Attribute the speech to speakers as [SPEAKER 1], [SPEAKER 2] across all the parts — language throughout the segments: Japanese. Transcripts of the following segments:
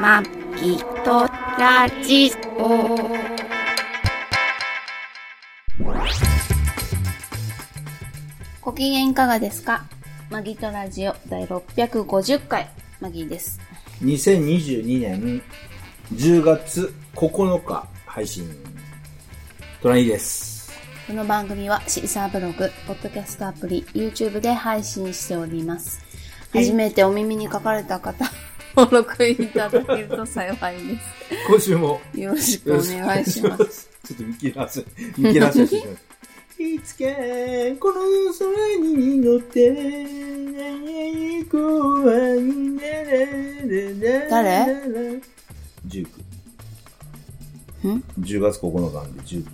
[SPEAKER 1] まきとラジオ。ご機嫌いかがですかマギとラジオ第650回、マギーです。
[SPEAKER 2] 2022年10月9日配信。トラニーです。
[SPEAKER 1] この番組はシーサーブログ、ポッドキャストアプリ、YouTube で配信しております。
[SPEAKER 2] え
[SPEAKER 1] 初めてお耳に書かれた方、登録いただけると幸いで
[SPEAKER 2] 今週も
[SPEAKER 1] す。よろしくお願いし ます。
[SPEAKER 2] す。ちょっと見切らせ、見切らせしてしまいました。 いつか、この空に乗って、
[SPEAKER 1] 誰
[SPEAKER 2] 誰 ?19。
[SPEAKER 1] ん
[SPEAKER 2] ?10 月9日なんで19。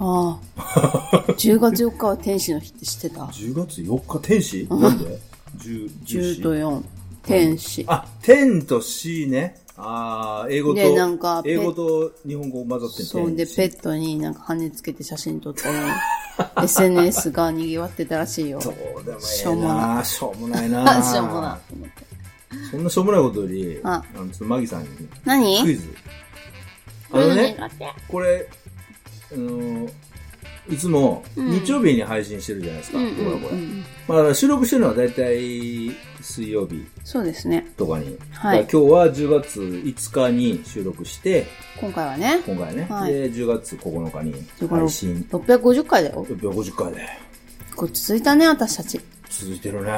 [SPEAKER 1] ああ。10月4日は天使の日って知ってた
[SPEAKER 2] 10月4日天使なんで ?10、
[SPEAKER 1] ?10 と
[SPEAKER 2] 4。
[SPEAKER 1] 4。天使。
[SPEAKER 2] あ、天と C ね。ああ、英語と、
[SPEAKER 1] でなんかペ
[SPEAKER 2] 英語と日本語混ざってん
[SPEAKER 1] そうで、
[SPEAKER 2] 天使
[SPEAKER 1] ペットになんか羽つけて写真撮った の SNS が賑わってたらしいよ。 し
[SPEAKER 2] どうでも
[SPEAKER 1] しょう
[SPEAKER 2] ええ
[SPEAKER 1] もな
[SPEAKER 2] なしょうもな いな
[SPEAKER 1] ょうもな。いと思って。
[SPEAKER 2] そんなしょうもないことより、
[SPEAKER 1] あ
[SPEAKER 2] あの、ちょっとマギさんにクイ
[SPEAKER 1] 何
[SPEAKER 2] ズ。あのね、
[SPEAKER 1] 何があって
[SPEAKER 2] これ、あの、いつも
[SPEAKER 1] うん
[SPEAKER 2] 日曜日に配信してるじゃないですか、
[SPEAKER 1] うん
[SPEAKER 2] 僕
[SPEAKER 1] う
[SPEAKER 2] ら
[SPEAKER 1] ん
[SPEAKER 2] こ
[SPEAKER 1] う
[SPEAKER 2] れ。
[SPEAKER 1] ん。
[SPEAKER 2] まあだから収録してるのは大体水曜日
[SPEAKER 1] そうですね。
[SPEAKER 2] とかに。
[SPEAKER 1] はい
[SPEAKER 2] だから今日は10月5日に収録して、
[SPEAKER 1] 今回はね、
[SPEAKER 2] 今回ね、
[SPEAKER 1] はい
[SPEAKER 2] で10月9日に配信
[SPEAKER 1] 650回だよ。
[SPEAKER 2] 50回で
[SPEAKER 1] これ続いたね、私たち。
[SPEAKER 2] 続いてるね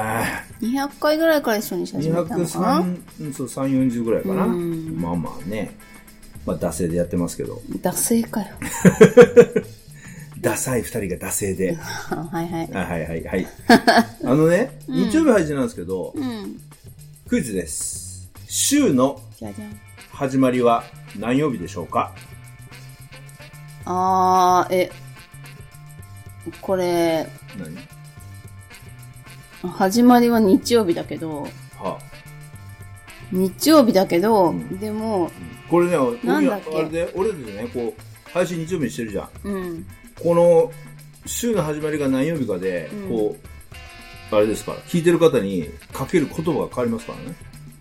[SPEAKER 1] 200回ぐらいから一緒に写真撮ったのかな
[SPEAKER 2] 203そう340ぐらいかな
[SPEAKER 1] うん
[SPEAKER 2] まあまあねまあ惰性でやってますけど
[SPEAKER 1] 脱水かよ。
[SPEAKER 2] ダサい2人が惰性で
[SPEAKER 1] はいはい。
[SPEAKER 2] あはいはいはいあのね、日曜日配信なんですけど
[SPEAKER 1] うん。
[SPEAKER 2] クイズです週の
[SPEAKER 1] じゃじゃん。
[SPEAKER 2] 始まりは何曜日でしょうか
[SPEAKER 1] あー、え、これ、
[SPEAKER 2] 何
[SPEAKER 1] 始まりは日曜日だけど、
[SPEAKER 2] はあ
[SPEAKER 1] 日曜日だけど、
[SPEAKER 2] うん
[SPEAKER 1] でも、
[SPEAKER 2] これね俺
[SPEAKER 1] なんだっけ
[SPEAKER 2] あれで俺たちねこう配信日曜日にしてるじゃん
[SPEAKER 1] うん。
[SPEAKER 2] この週の始まりが何曜日かで、
[SPEAKER 1] うん
[SPEAKER 2] こう、あれですから、聞いてる方にかける言葉が変わりますから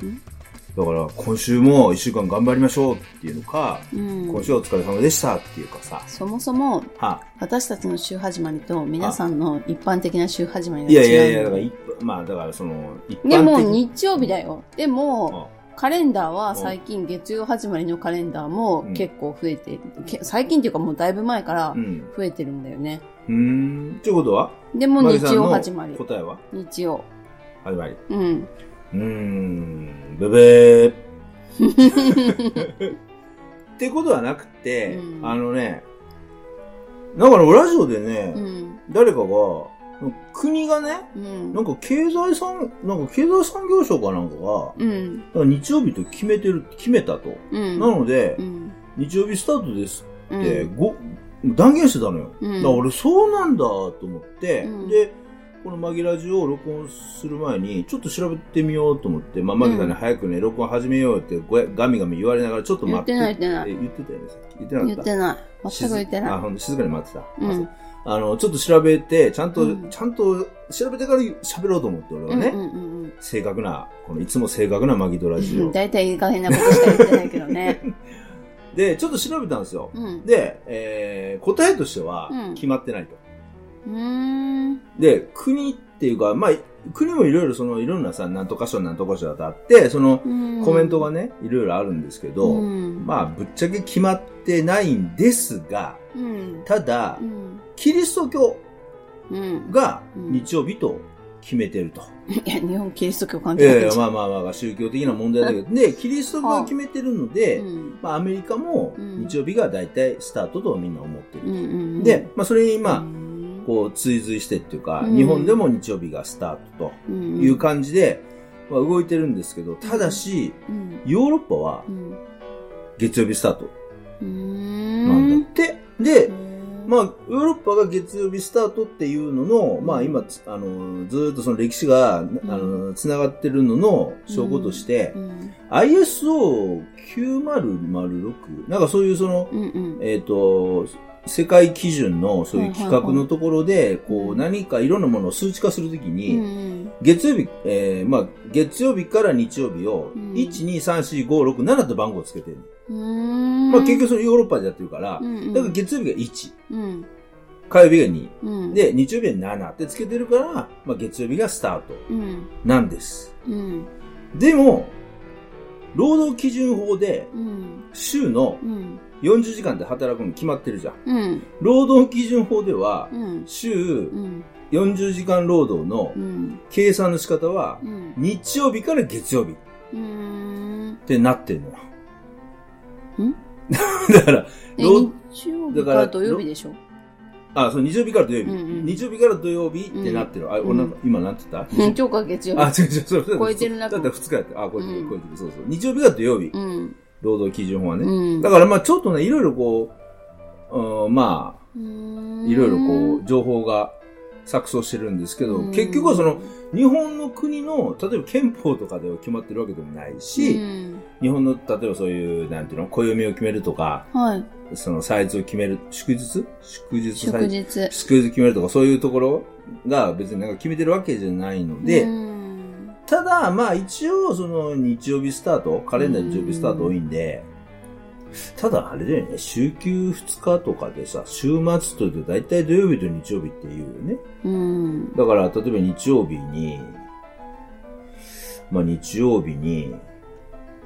[SPEAKER 2] ね。だから、今週も一週間頑張りましょうっていうのか、
[SPEAKER 1] うん
[SPEAKER 2] 今週はお疲れ様でしたっていうかさ、
[SPEAKER 1] そもそも、
[SPEAKER 2] は
[SPEAKER 1] 私たちの週始まりと皆さんの一般的な週始まりが
[SPEAKER 2] い、
[SPEAKER 1] 違う
[SPEAKER 2] い
[SPEAKER 1] の。
[SPEAKER 2] やいやいや、だから一般、まあだからその、一般的
[SPEAKER 1] でも、日曜日だよ。でも、
[SPEAKER 2] あ
[SPEAKER 1] カレンダーは最近月曜始まりのカレンダーも
[SPEAKER 2] うん
[SPEAKER 1] 結構増えて、け最近っていうかもうだいぶ前から
[SPEAKER 2] うん。
[SPEAKER 1] 増えてるんだよね。
[SPEAKER 2] うーん。っていうことは
[SPEAKER 1] でも
[SPEAKER 2] マ
[SPEAKER 1] 日
[SPEAKER 2] ギさん
[SPEAKER 1] 曜
[SPEAKER 2] の
[SPEAKER 1] 始まり。
[SPEAKER 2] 答えは
[SPEAKER 1] 日曜。
[SPEAKER 2] 始まり。
[SPEAKER 1] うん。
[SPEAKER 2] うーん、ブブー。ってことはなくて、
[SPEAKER 1] うん
[SPEAKER 2] あのね、だからラジオでね、
[SPEAKER 1] うん。
[SPEAKER 2] 誰かが、国がね、
[SPEAKER 1] うん
[SPEAKER 2] な。んか経済産、なんか経済産業省かなんかが、
[SPEAKER 1] うん。
[SPEAKER 2] なんか日曜日と決めてる、決めたと。
[SPEAKER 1] うん。
[SPEAKER 2] なので
[SPEAKER 1] う、ん。
[SPEAKER 2] 日曜日スタートです
[SPEAKER 1] う
[SPEAKER 2] って、
[SPEAKER 1] ん。
[SPEAKER 2] ご、断言してたのよ。
[SPEAKER 1] うん
[SPEAKER 2] だから俺そうなんだと思って、
[SPEAKER 1] うん
[SPEAKER 2] で、このマギラジオを録音する前に、ちょっと調べてみようと思って、まあ、マギさん
[SPEAKER 1] うん
[SPEAKER 2] に早くね、録音始めようってごや、ガミガミ言われながら、ちょっと待って。
[SPEAKER 1] 言ってない
[SPEAKER 2] え言ってたよね、さっき言ってなかった。
[SPEAKER 1] 言ってない。全く言って
[SPEAKER 2] 静あ、
[SPEAKER 1] な
[SPEAKER 2] ほんと静かに待ってた。
[SPEAKER 1] い。う
[SPEAKER 2] あそ
[SPEAKER 1] ん
[SPEAKER 2] う。あの、ちょっと調べて、ちゃんと、
[SPEAKER 1] うん
[SPEAKER 2] ちゃんと調べてから喋ろうと思って、俺はね、
[SPEAKER 1] うんうんうんうん
[SPEAKER 2] 正確な、このいつも正確なマギドラジ
[SPEAKER 1] う
[SPEAKER 2] オ
[SPEAKER 1] ん。。大体いい加減なことしか言ってないけどね。
[SPEAKER 2] で、ちょっと調べたんです よ。
[SPEAKER 1] うん。
[SPEAKER 2] で、えー答えとしては
[SPEAKER 1] うん
[SPEAKER 2] 決まってないと。
[SPEAKER 1] うーん。
[SPEAKER 2] で、国っていうか、まあ、国もいろいろその、いろんなさ、なんとか所なんとか所だとあって、その、
[SPEAKER 1] うん
[SPEAKER 2] コメントがね、いろいろあるんですけど、
[SPEAKER 1] うん
[SPEAKER 2] まあ、ぶっちゃけ決まってないんですが、
[SPEAKER 1] うん。
[SPEAKER 2] ただ
[SPEAKER 1] う、ん。
[SPEAKER 2] キリスト教
[SPEAKER 1] うん。
[SPEAKER 2] が
[SPEAKER 1] うん
[SPEAKER 2] 日曜日と決めてると。
[SPEAKER 1] いや、日本キリスト教関
[SPEAKER 2] いやい
[SPEAKER 1] 係ない
[SPEAKER 2] や、
[SPEAKER 1] じゃん。
[SPEAKER 2] まあまあまあ、宗教的な問題だけど、で、キリスト教が決めてるので、
[SPEAKER 1] うん
[SPEAKER 2] まあ、アメリカも
[SPEAKER 1] うん
[SPEAKER 2] 日曜日が大体スタートとみんな思って
[SPEAKER 1] うん
[SPEAKER 2] る。
[SPEAKER 1] うんうん。
[SPEAKER 2] で、まあ、それに、
[SPEAKER 1] う
[SPEAKER 2] まあ、
[SPEAKER 1] ん
[SPEAKER 2] こう、追随してっていうか、
[SPEAKER 1] うん
[SPEAKER 2] 日本でも日曜日がスタートという
[SPEAKER 1] うん
[SPEAKER 2] 感じで、まあ、動いてるんですけど、ただし、
[SPEAKER 1] うん
[SPEAKER 2] ヨーロッパは
[SPEAKER 1] うん
[SPEAKER 2] 月曜日スタート
[SPEAKER 1] うー
[SPEAKER 2] なん
[SPEAKER 1] ん
[SPEAKER 2] だって。で、
[SPEAKER 1] ま
[SPEAKER 2] まあ、ヨーロッパが月曜日スタートっていうのの、まあ今、つあの、ずーっとその歴史が、あの、繋がってるのの証拠として、ISO9006 なんかそういうその、
[SPEAKER 1] うんうん
[SPEAKER 2] えっ、と世界基準のそういう企
[SPEAKER 1] はいは
[SPEAKER 2] 画
[SPEAKER 1] いは
[SPEAKER 2] のところで、こ
[SPEAKER 1] う
[SPEAKER 2] うん何かいろんなものを数値化するときに、
[SPEAKER 1] うん
[SPEAKER 2] 月曜日、えーまあ、月曜日から日曜日を、
[SPEAKER 1] うん
[SPEAKER 2] 1、2、3、4、5、6、7と番号をつけてる。
[SPEAKER 1] うん。
[SPEAKER 2] まあ、結局それヨーロッパでやってるから、
[SPEAKER 1] うんうん
[SPEAKER 2] だから月曜日が1、
[SPEAKER 1] うん、
[SPEAKER 2] 火曜日が2、
[SPEAKER 1] うん。、
[SPEAKER 2] で、日曜日が7ってつけてるから、まあ、月曜日がスタート
[SPEAKER 1] うん、
[SPEAKER 2] なんです。
[SPEAKER 1] うん、
[SPEAKER 2] でも、労働基準法で、
[SPEAKER 1] うん、
[SPEAKER 2] 週の
[SPEAKER 1] うん、
[SPEAKER 2] 40時間で働くの決まってるじゃん。
[SPEAKER 1] うん、
[SPEAKER 2] 労働基準法では
[SPEAKER 1] う、ん、
[SPEAKER 2] 週
[SPEAKER 1] うん、
[SPEAKER 2] 40時間労働の
[SPEAKER 1] うん、
[SPEAKER 2] 計算の仕方は
[SPEAKER 1] う、ん、
[SPEAKER 2] 日曜日から月曜日っ
[SPEAKER 1] うん。
[SPEAKER 2] てなってんのよ。
[SPEAKER 1] ん
[SPEAKER 2] だから、
[SPEAKER 1] え
[SPEAKER 2] ロ
[SPEAKER 1] 日曜日から土曜日でしょ
[SPEAKER 2] あ、そう、日曜日から土曜日。
[SPEAKER 1] うんうん
[SPEAKER 2] 日曜日から土曜日ってなってる。あ、
[SPEAKER 1] うん
[SPEAKER 2] 俺なんか、今なんて言った、
[SPEAKER 1] 今日か月曜日。
[SPEAKER 2] あ、違う違う、そうそう。
[SPEAKER 1] 超えてるな
[SPEAKER 2] だって2日やって。あ、超えて
[SPEAKER 1] う
[SPEAKER 2] る、
[SPEAKER 1] ん
[SPEAKER 2] 超えてる。そうそう。日曜日が土曜日。
[SPEAKER 1] うん。
[SPEAKER 2] 労働基準法はね。
[SPEAKER 1] うん。
[SPEAKER 2] だからまあちょっとね、いろいろこう、うん、まあ、い
[SPEAKER 1] い
[SPEAKER 2] ろいろこう、情報が錯綜してるんですけど、結局はその、、日本の国の、例えば憲法とかでは決まってるわけでもないし、
[SPEAKER 1] うん
[SPEAKER 2] 日本の、例えばそういう、なんていうの、暦を決めるとか、
[SPEAKER 1] はい。
[SPEAKER 2] その、祭日を決める、祝日祝日
[SPEAKER 1] 祝日。
[SPEAKER 2] スクイズ決めるとかそういうところが別になんか決めてるわけじゃないので、
[SPEAKER 1] うん
[SPEAKER 2] ただまあ一応その日曜日スタート、カレンダー日曜日スタート多いんで、ただあれだよね、週休2日とかでさ、週末というと大体土曜日と日曜日っていうよね。
[SPEAKER 1] うん。
[SPEAKER 2] だから例えば日曜日に、まあ日曜日に、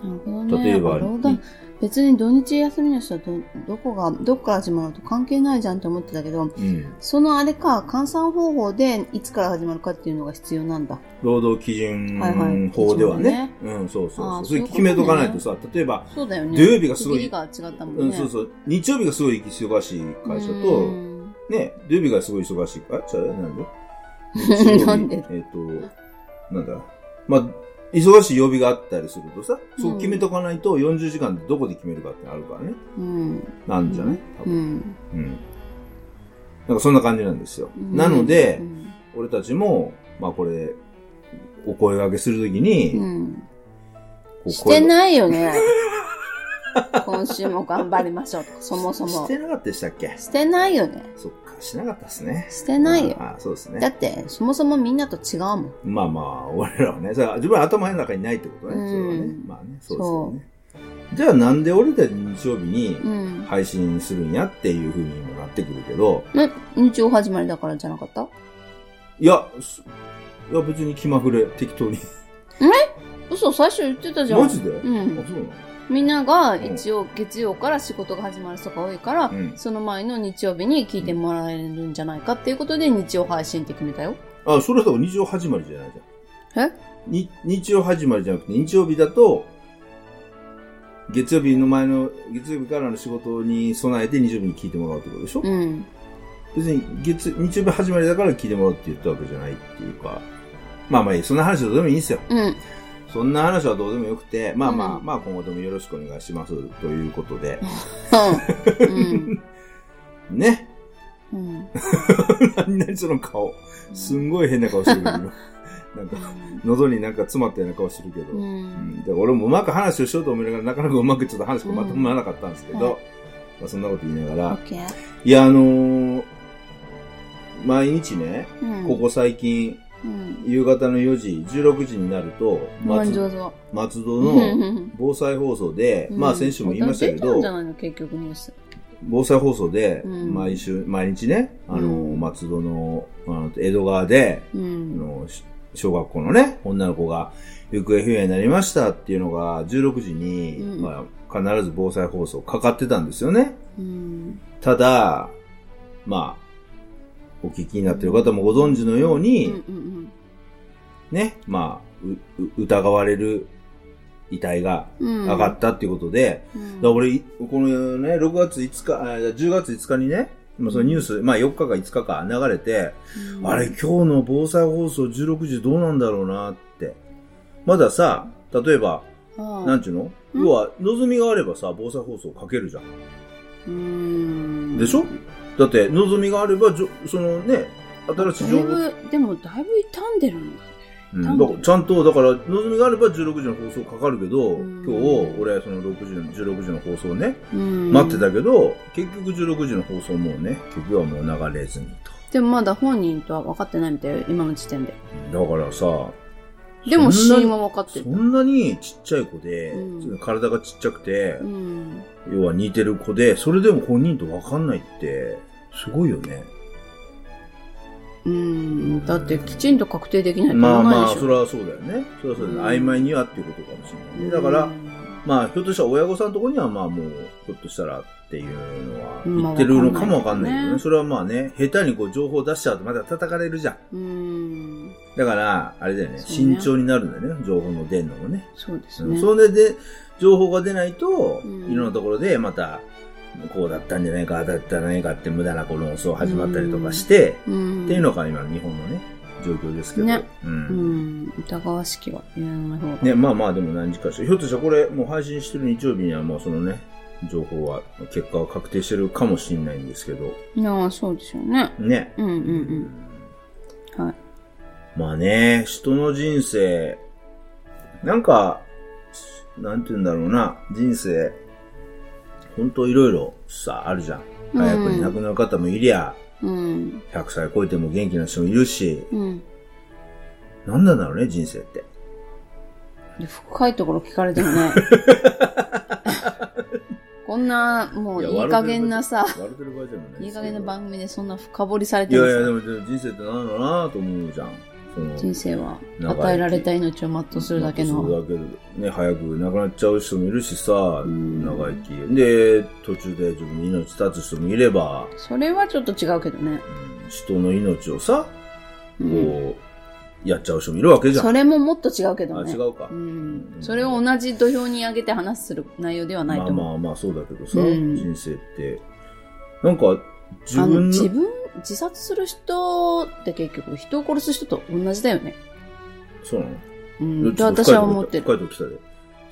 [SPEAKER 1] なるほどね
[SPEAKER 2] 例えば
[SPEAKER 1] 労働別に土日休みの人はど、どこが、どこから始まると関係ないじゃんって思ってたけど、
[SPEAKER 2] うん、
[SPEAKER 1] そのあれか、換算方法でいつから始まるかっていうのが必要なんだ。
[SPEAKER 2] 労働基準
[SPEAKER 1] はいはい
[SPEAKER 2] 法ではね、
[SPEAKER 1] 基準
[SPEAKER 2] うん、そうそう
[SPEAKER 1] あ
[SPEAKER 2] そ
[SPEAKER 1] ー
[SPEAKER 2] う。そ
[SPEAKER 1] そ
[SPEAKER 2] れ
[SPEAKER 1] ういうこと
[SPEAKER 2] 決めとかないとさ、例えば、
[SPEAKER 1] そうだよね。
[SPEAKER 2] 土曜日がすごい
[SPEAKER 1] 区切りが違ったもんね。
[SPEAKER 2] うん、そうそう。日曜日がすごい忙しい会社と、
[SPEAKER 1] うん
[SPEAKER 2] ね、土曜日がすごい忙しいかあ、ちゃうなん で
[SPEAKER 1] なんで
[SPEAKER 2] 日曜日えっ、と、なんだ。まあ、忙しい曜日があったりするとさ、そう決めとかないと40時間でどこで決めるかってあるからね。
[SPEAKER 1] うん。
[SPEAKER 2] なんじゃない多
[SPEAKER 1] う
[SPEAKER 2] 分。
[SPEAKER 1] ん。
[SPEAKER 2] うん。なんかそんな感じなんですよ。
[SPEAKER 1] うん
[SPEAKER 2] なので
[SPEAKER 1] う、ん
[SPEAKER 2] 俺たちも、まあこれ、お声掛けするとき
[SPEAKER 1] う
[SPEAKER 2] に、
[SPEAKER 1] ん。
[SPEAKER 2] こう
[SPEAKER 1] して
[SPEAKER 2] 声が
[SPEAKER 1] ないよね。 今週も頑張りましょうとか、そもそ
[SPEAKER 2] し
[SPEAKER 1] も
[SPEAKER 2] て。なかったでしたっけ
[SPEAKER 1] してないよね。
[SPEAKER 2] そっか、してなかったですね。
[SPEAKER 1] してないよ。
[SPEAKER 2] ああ、そうですね。
[SPEAKER 1] だって、そもそもみんなと違うもん。
[SPEAKER 2] まあまあ、俺らはね、それは自分は頭の中にないってこと
[SPEAKER 1] う
[SPEAKER 2] ね、
[SPEAKER 1] ん
[SPEAKER 2] それはね。まあね、そうですよね。じゃあなんで俺たち日曜日に
[SPEAKER 1] うん。
[SPEAKER 2] 配信するんやっていうふうにもなってくるけど、
[SPEAKER 1] な、日曜始まりだからじゃなかった
[SPEAKER 2] いや、すいや別に気まぐれ、適当に。
[SPEAKER 1] 嘘、最初言ってたじゃん。
[SPEAKER 2] マジで、
[SPEAKER 1] う
[SPEAKER 2] あ、
[SPEAKER 1] ん。
[SPEAKER 2] そう
[SPEAKER 1] みんなが一応月曜から仕事が始まる人が多いから、
[SPEAKER 2] うん
[SPEAKER 1] その前の日曜日に聞いてもらえるんじゃないかっていうことで日曜配信って決めたよ。
[SPEAKER 2] なのあ、それだと日曜始まりじゃないじゃん。
[SPEAKER 1] え
[SPEAKER 2] に日曜始まりじゃなくて、日曜日だと、月曜日の前の、月曜日からの仕事に備えて日曜日に聞いてもらうってことでしょ、
[SPEAKER 1] うん。
[SPEAKER 2] 別に月、日曜日始まりだから聞いてもらうって言ったわけじゃないっていうか、まあまあいい、そんな話はどうでもいいんですよ。
[SPEAKER 1] うん。
[SPEAKER 2] そんな話はどうでもよくて、まあまあ、
[SPEAKER 1] うん
[SPEAKER 2] まあ今後ともよろしくお願いしますということで、
[SPEAKER 1] うん。
[SPEAKER 2] ね。
[SPEAKER 1] うん。
[SPEAKER 2] 何々その顔。 すんごい変な顔してる けど、今なんか、喉になんか詰まったような顔してるけど、
[SPEAKER 1] う
[SPEAKER 2] うん
[SPEAKER 1] ん。
[SPEAKER 2] で俺もうまく話をしようと思いながら、なかなかうまくちょっと話がまとまらなかったんですけど、
[SPEAKER 1] うんはい
[SPEAKER 2] まあそんなこと言いなが
[SPEAKER 1] オ
[SPEAKER 2] ら、
[SPEAKER 1] ッケー。
[SPEAKER 2] いや、あのー毎日ね、
[SPEAKER 1] うん。
[SPEAKER 2] ここ最近、
[SPEAKER 1] うん。
[SPEAKER 2] 夕方の4時、16時になると、
[SPEAKER 1] 満場
[SPEAKER 2] 松
[SPEAKER 1] ぞ。
[SPEAKER 2] 松戸
[SPEAKER 1] う
[SPEAKER 2] の
[SPEAKER 1] ん
[SPEAKER 2] 防災放送で、まあ先週も言いましたけ
[SPEAKER 1] 出たんじゃ
[SPEAKER 2] ど、
[SPEAKER 1] ないの結局ニュース。
[SPEAKER 2] 防災放送で、
[SPEAKER 1] うん
[SPEAKER 2] 毎週、毎日ね、あの、
[SPEAKER 1] うん
[SPEAKER 2] 松戸の、あの、江戸川で、
[SPEAKER 1] う
[SPEAKER 2] あ
[SPEAKER 1] ん。
[SPEAKER 2] の、し小学校のね、女の子が行方不明になりましたっていうのが、16時に、
[SPEAKER 1] うん
[SPEAKER 2] まあ、必ず防災放送かかってたんですよね。
[SPEAKER 1] うん。
[SPEAKER 2] ただ、まあ、お聞きになっている方もご存知のように、
[SPEAKER 1] うんうん
[SPEAKER 2] ね、まあ、うう疑われる遺体が
[SPEAKER 1] うん。
[SPEAKER 2] 上がったっていうことで、
[SPEAKER 1] うん。
[SPEAKER 2] だから俺、いこのね、6月5日、あ10月5日にね、まあそのニュース、まあ4日か5日か流れて、
[SPEAKER 1] うん
[SPEAKER 2] あれ今日の防災放送16時どうなんだろうなって。まださ、例えば、
[SPEAKER 1] ああ
[SPEAKER 2] なんちゅうの
[SPEAKER 1] うん
[SPEAKER 2] 要は、望みがあればさ、防災放送かけるじゃん。
[SPEAKER 1] うん。
[SPEAKER 2] でしょだって、望みがあれば、じょそのね、新しい
[SPEAKER 1] だ
[SPEAKER 2] 情
[SPEAKER 1] い
[SPEAKER 2] 報
[SPEAKER 1] ぶ、でもだいぶ傷んでるんだ。
[SPEAKER 2] うん、
[SPEAKER 1] なん
[SPEAKER 2] だ
[SPEAKER 1] で
[SPEAKER 2] からちゃんと、だから、望みがあれば16時の放送かかるけど、
[SPEAKER 1] うん
[SPEAKER 2] 今日、俺、その6時の、16時の放送をね、
[SPEAKER 1] うん
[SPEAKER 2] 待ってたけど、結局16時の放送もね、曲はもう流れずに
[SPEAKER 1] でもまだ本人とは分かってないみたいよ今の時点で
[SPEAKER 2] と。だからさ、
[SPEAKER 1] でも
[SPEAKER 2] そん
[SPEAKER 1] 死
[SPEAKER 2] なに
[SPEAKER 1] 因は分かって
[SPEAKER 2] そ
[SPEAKER 1] る
[SPEAKER 2] んなにちっちゃい子で、
[SPEAKER 1] うん
[SPEAKER 2] 体がちっちゃくて
[SPEAKER 1] う、ん
[SPEAKER 2] 要は似てる子で、それでも本人とわかんないって、すごいよね。
[SPEAKER 1] うんだってきちんと確定できないと言
[SPEAKER 2] まあ
[SPEAKER 1] わない
[SPEAKER 2] ま
[SPEAKER 1] で
[SPEAKER 2] あ、
[SPEAKER 1] しょ
[SPEAKER 2] それはそうだよね。それはそうだよね。
[SPEAKER 1] うん
[SPEAKER 2] 曖昧にはっていうことかもしれないね。だから、まあ、ひょっとしたら親御さんのところには、まあもう、ひょっとしたらっていうのは
[SPEAKER 1] うん
[SPEAKER 2] 言ってるのかもわかんない
[SPEAKER 1] まあわかんないけ
[SPEAKER 2] けどね。
[SPEAKER 1] どね
[SPEAKER 2] それはまあね、下手にこう情報を出しちゃうとまた叩かれるじゃん。
[SPEAKER 1] うん
[SPEAKER 2] だから、あれだよね、
[SPEAKER 1] そうね
[SPEAKER 2] 慎重になるんだよね、情報の出んのもね。
[SPEAKER 1] そうです
[SPEAKER 2] うん
[SPEAKER 1] ね
[SPEAKER 2] それで、情報が出ないと、
[SPEAKER 1] うん
[SPEAKER 2] いろんなところでまた、こうだったんじゃないか、ああだったんじゃないかって無駄なこの論争始まったりとかして、
[SPEAKER 1] うん
[SPEAKER 2] っていうのが今の日本のね、状況ですけど。
[SPEAKER 1] ね
[SPEAKER 2] う。
[SPEAKER 1] うんん疑わしきは言わない方が
[SPEAKER 2] ね、まあまあでも何時かしら。ひょっとしたらこれ、もう配信してる日曜日にはもうそのね、情報は、結果は確定してるかもしれないんですけど、
[SPEAKER 1] いやそうですよね
[SPEAKER 2] ね。
[SPEAKER 1] うんうんうんはい
[SPEAKER 2] まあね、人の人生、なんか、なんて言うんだろうな、人生、本当いろいろさ、あるじゃん。
[SPEAKER 1] うん
[SPEAKER 2] 早くに亡くなる方もいりゃ、
[SPEAKER 1] うん
[SPEAKER 2] 100歳超えても元気な人もいるし、
[SPEAKER 1] うん
[SPEAKER 2] なんなんだろうね、人生って。
[SPEAKER 1] で深いところ聞かれても ねこんなもういい加減なさ
[SPEAKER 2] 笑ってる場合じゃない
[SPEAKER 1] いい加減な番組でそんな深掘りされ
[SPEAKER 2] い
[SPEAKER 1] て
[SPEAKER 2] や
[SPEAKER 1] も
[SPEAKER 2] いや、で
[SPEAKER 1] さ
[SPEAKER 2] もでも人生ってなんだろうなと思うじゃん。その
[SPEAKER 1] 人生は
[SPEAKER 2] 長生き
[SPEAKER 1] 与えられた命を全うするだけ
[SPEAKER 2] そう
[SPEAKER 1] の
[SPEAKER 2] だけどね、早く亡くなっちゃう人もいるしさ、
[SPEAKER 1] うん
[SPEAKER 2] 長生き。で、途中で自分の命絶つ人もいれば、
[SPEAKER 1] それはちょっと違うけどね、
[SPEAKER 2] うん人の命をさ、
[SPEAKER 1] う
[SPEAKER 2] こ
[SPEAKER 1] ん、
[SPEAKER 2] う、やっちゃう人もいるわけじゃん。
[SPEAKER 1] それももっと違うけど
[SPEAKER 2] あ、
[SPEAKER 1] ね
[SPEAKER 2] 違うか
[SPEAKER 1] う。ん、それを同じ土俵に上げて話する内容ではない
[SPEAKER 2] まあ
[SPEAKER 1] と思う、
[SPEAKER 2] まあまあ、そうだけどさ、
[SPEAKER 1] うん
[SPEAKER 2] 人生って、なんか、自
[SPEAKER 1] あの
[SPEAKER 2] 分
[SPEAKER 1] 自
[SPEAKER 2] の、
[SPEAKER 1] 分自殺する人って結局人を殺す人と同じだよね、
[SPEAKER 2] そうなの
[SPEAKER 1] うん、
[SPEAKER 2] ち
[SPEAKER 1] と
[SPEAKER 2] ょと
[SPEAKER 1] 私
[SPEAKER 2] 深いとこ
[SPEAKER 1] は思ってる
[SPEAKER 2] 深いとこ来たで。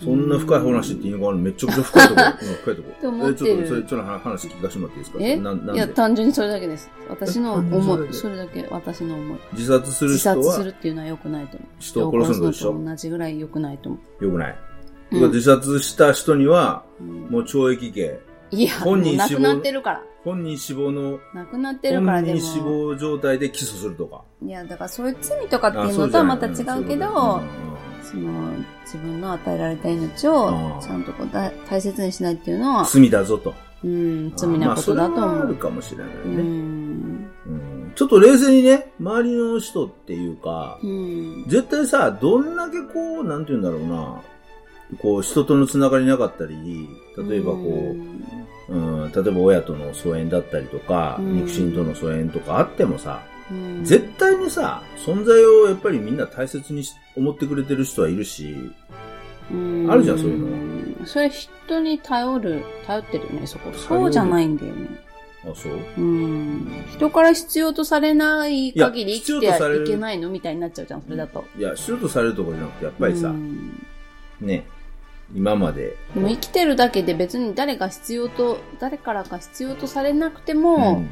[SPEAKER 2] そんな深い話っていうのがあるめちゃくちゃ深い とこ。うん深いとこ。
[SPEAKER 1] と思ってる
[SPEAKER 2] えちょっと、それ、ちょっと話聞かせてもらっていいですか
[SPEAKER 1] え
[SPEAKER 2] ななん
[SPEAKER 1] い
[SPEAKER 2] で
[SPEAKER 1] や単純にそれだけです私の思
[SPEAKER 2] え単純
[SPEAKER 1] い
[SPEAKER 2] に
[SPEAKER 1] そ
[SPEAKER 2] そ
[SPEAKER 1] れだけ私の思い
[SPEAKER 2] 自殺する
[SPEAKER 1] 自
[SPEAKER 2] 人
[SPEAKER 1] 殺
[SPEAKER 2] は
[SPEAKER 1] するっていうのは良くないと思う
[SPEAKER 2] 人を殺すのと一
[SPEAKER 1] 人を
[SPEAKER 2] 緒
[SPEAKER 1] と同じぐらい良くないと思
[SPEAKER 2] よくない。
[SPEAKER 1] う、うん
[SPEAKER 2] 自殺した人には、
[SPEAKER 1] うん
[SPEAKER 2] もう懲役刑。
[SPEAKER 1] いや
[SPEAKER 2] 本人
[SPEAKER 1] もう亡
[SPEAKER 2] 死
[SPEAKER 1] く
[SPEAKER 2] 亡
[SPEAKER 1] なってるから
[SPEAKER 2] 本人死亡の、
[SPEAKER 1] 亡くなってるから
[SPEAKER 2] 本
[SPEAKER 1] でも
[SPEAKER 2] 人死亡状態で起訴するとか。
[SPEAKER 1] いやだからそういう罪とかって
[SPEAKER 2] あ
[SPEAKER 1] いう
[SPEAKER 2] そ
[SPEAKER 1] の
[SPEAKER 2] う
[SPEAKER 1] と
[SPEAKER 2] じ
[SPEAKER 1] は
[SPEAKER 2] ゃ
[SPEAKER 1] ま
[SPEAKER 2] ない
[SPEAKER 1] た違うけ
[SPEAKER 2] ん
[SPEAKER 1] ど
[SPEAKER 2] んうん
[SPEAKER 1] その自分の与えられた命を
[SPEAKER 2] うん
[SPEAKER 1] ちゃんとこうだ大切にしないっていうのは、
[SPEAKER 2] 罪だぞと。
[SPEAKER 1] うん、罪なことだと
[SPEAKER 2] まあそ
[SPEAKER 1] 思
[SPEAKER 2] れはある
[SPEAKER 1] う。
[SPEAKER 2] かもしれないよ
[SPEAKER 1] う
[SPEAKER 2] ね、
[SPEAKER 1] ん。
[SPEAKER 2] うんちょっと冷静にね、周りの人っていうか、
[SPEAKER 1] うん。
[SPEAKER 2] 絶対さ、どんだけこう、なんて言うんだろうな、こう、人とのつながりなかったり、例えば
[SPEAKER 1] う
[SPEAKER 2] こ
[SPEAKER 1] ん
[SPEAKER 2] う、うん、例えば親との疎遠だったりとか、
[SPEAKER 1] うん
[SPEAKER 2] 肉親との疎遠とかあってもさ、
[SPEAKER 1] うん、
[SPEAKER 2] 絶対にさ、存在をやっぱりみんな大切にし思ってくれてる人はいるし、あるじゃんそういう
[SPEAKER 1] の。それ人に頼る、頼ってるよね、そこ。
[SPEAKER 2] 頼る
[SPEAKER 1] そうじゃないんだよね。
[SPEAKER 2] あ、そう
[SPEAKER 1] うん。人から必要とされない限り
[SPEAKER 2] いや
[SPEAKER 1] 生きて
[SPEAKER 2] 必要とされ
[SPEAKER 1] は
[SPEAKER 2] る
[SPEAKER 1] いけないのみたいになっちゃうじゃん、それだと。やっ
[SPEAKER 2] いや、シュートされるとかじゃなくて、やっぱりさ、ね、今まで、
[SPEAKER 1] でも生きてるだけで別に誰が必要と、誰からか必要とされなくて
[SPEAKER 2] う
[SPEAKER 1] も、
[SPEAKER 2] ん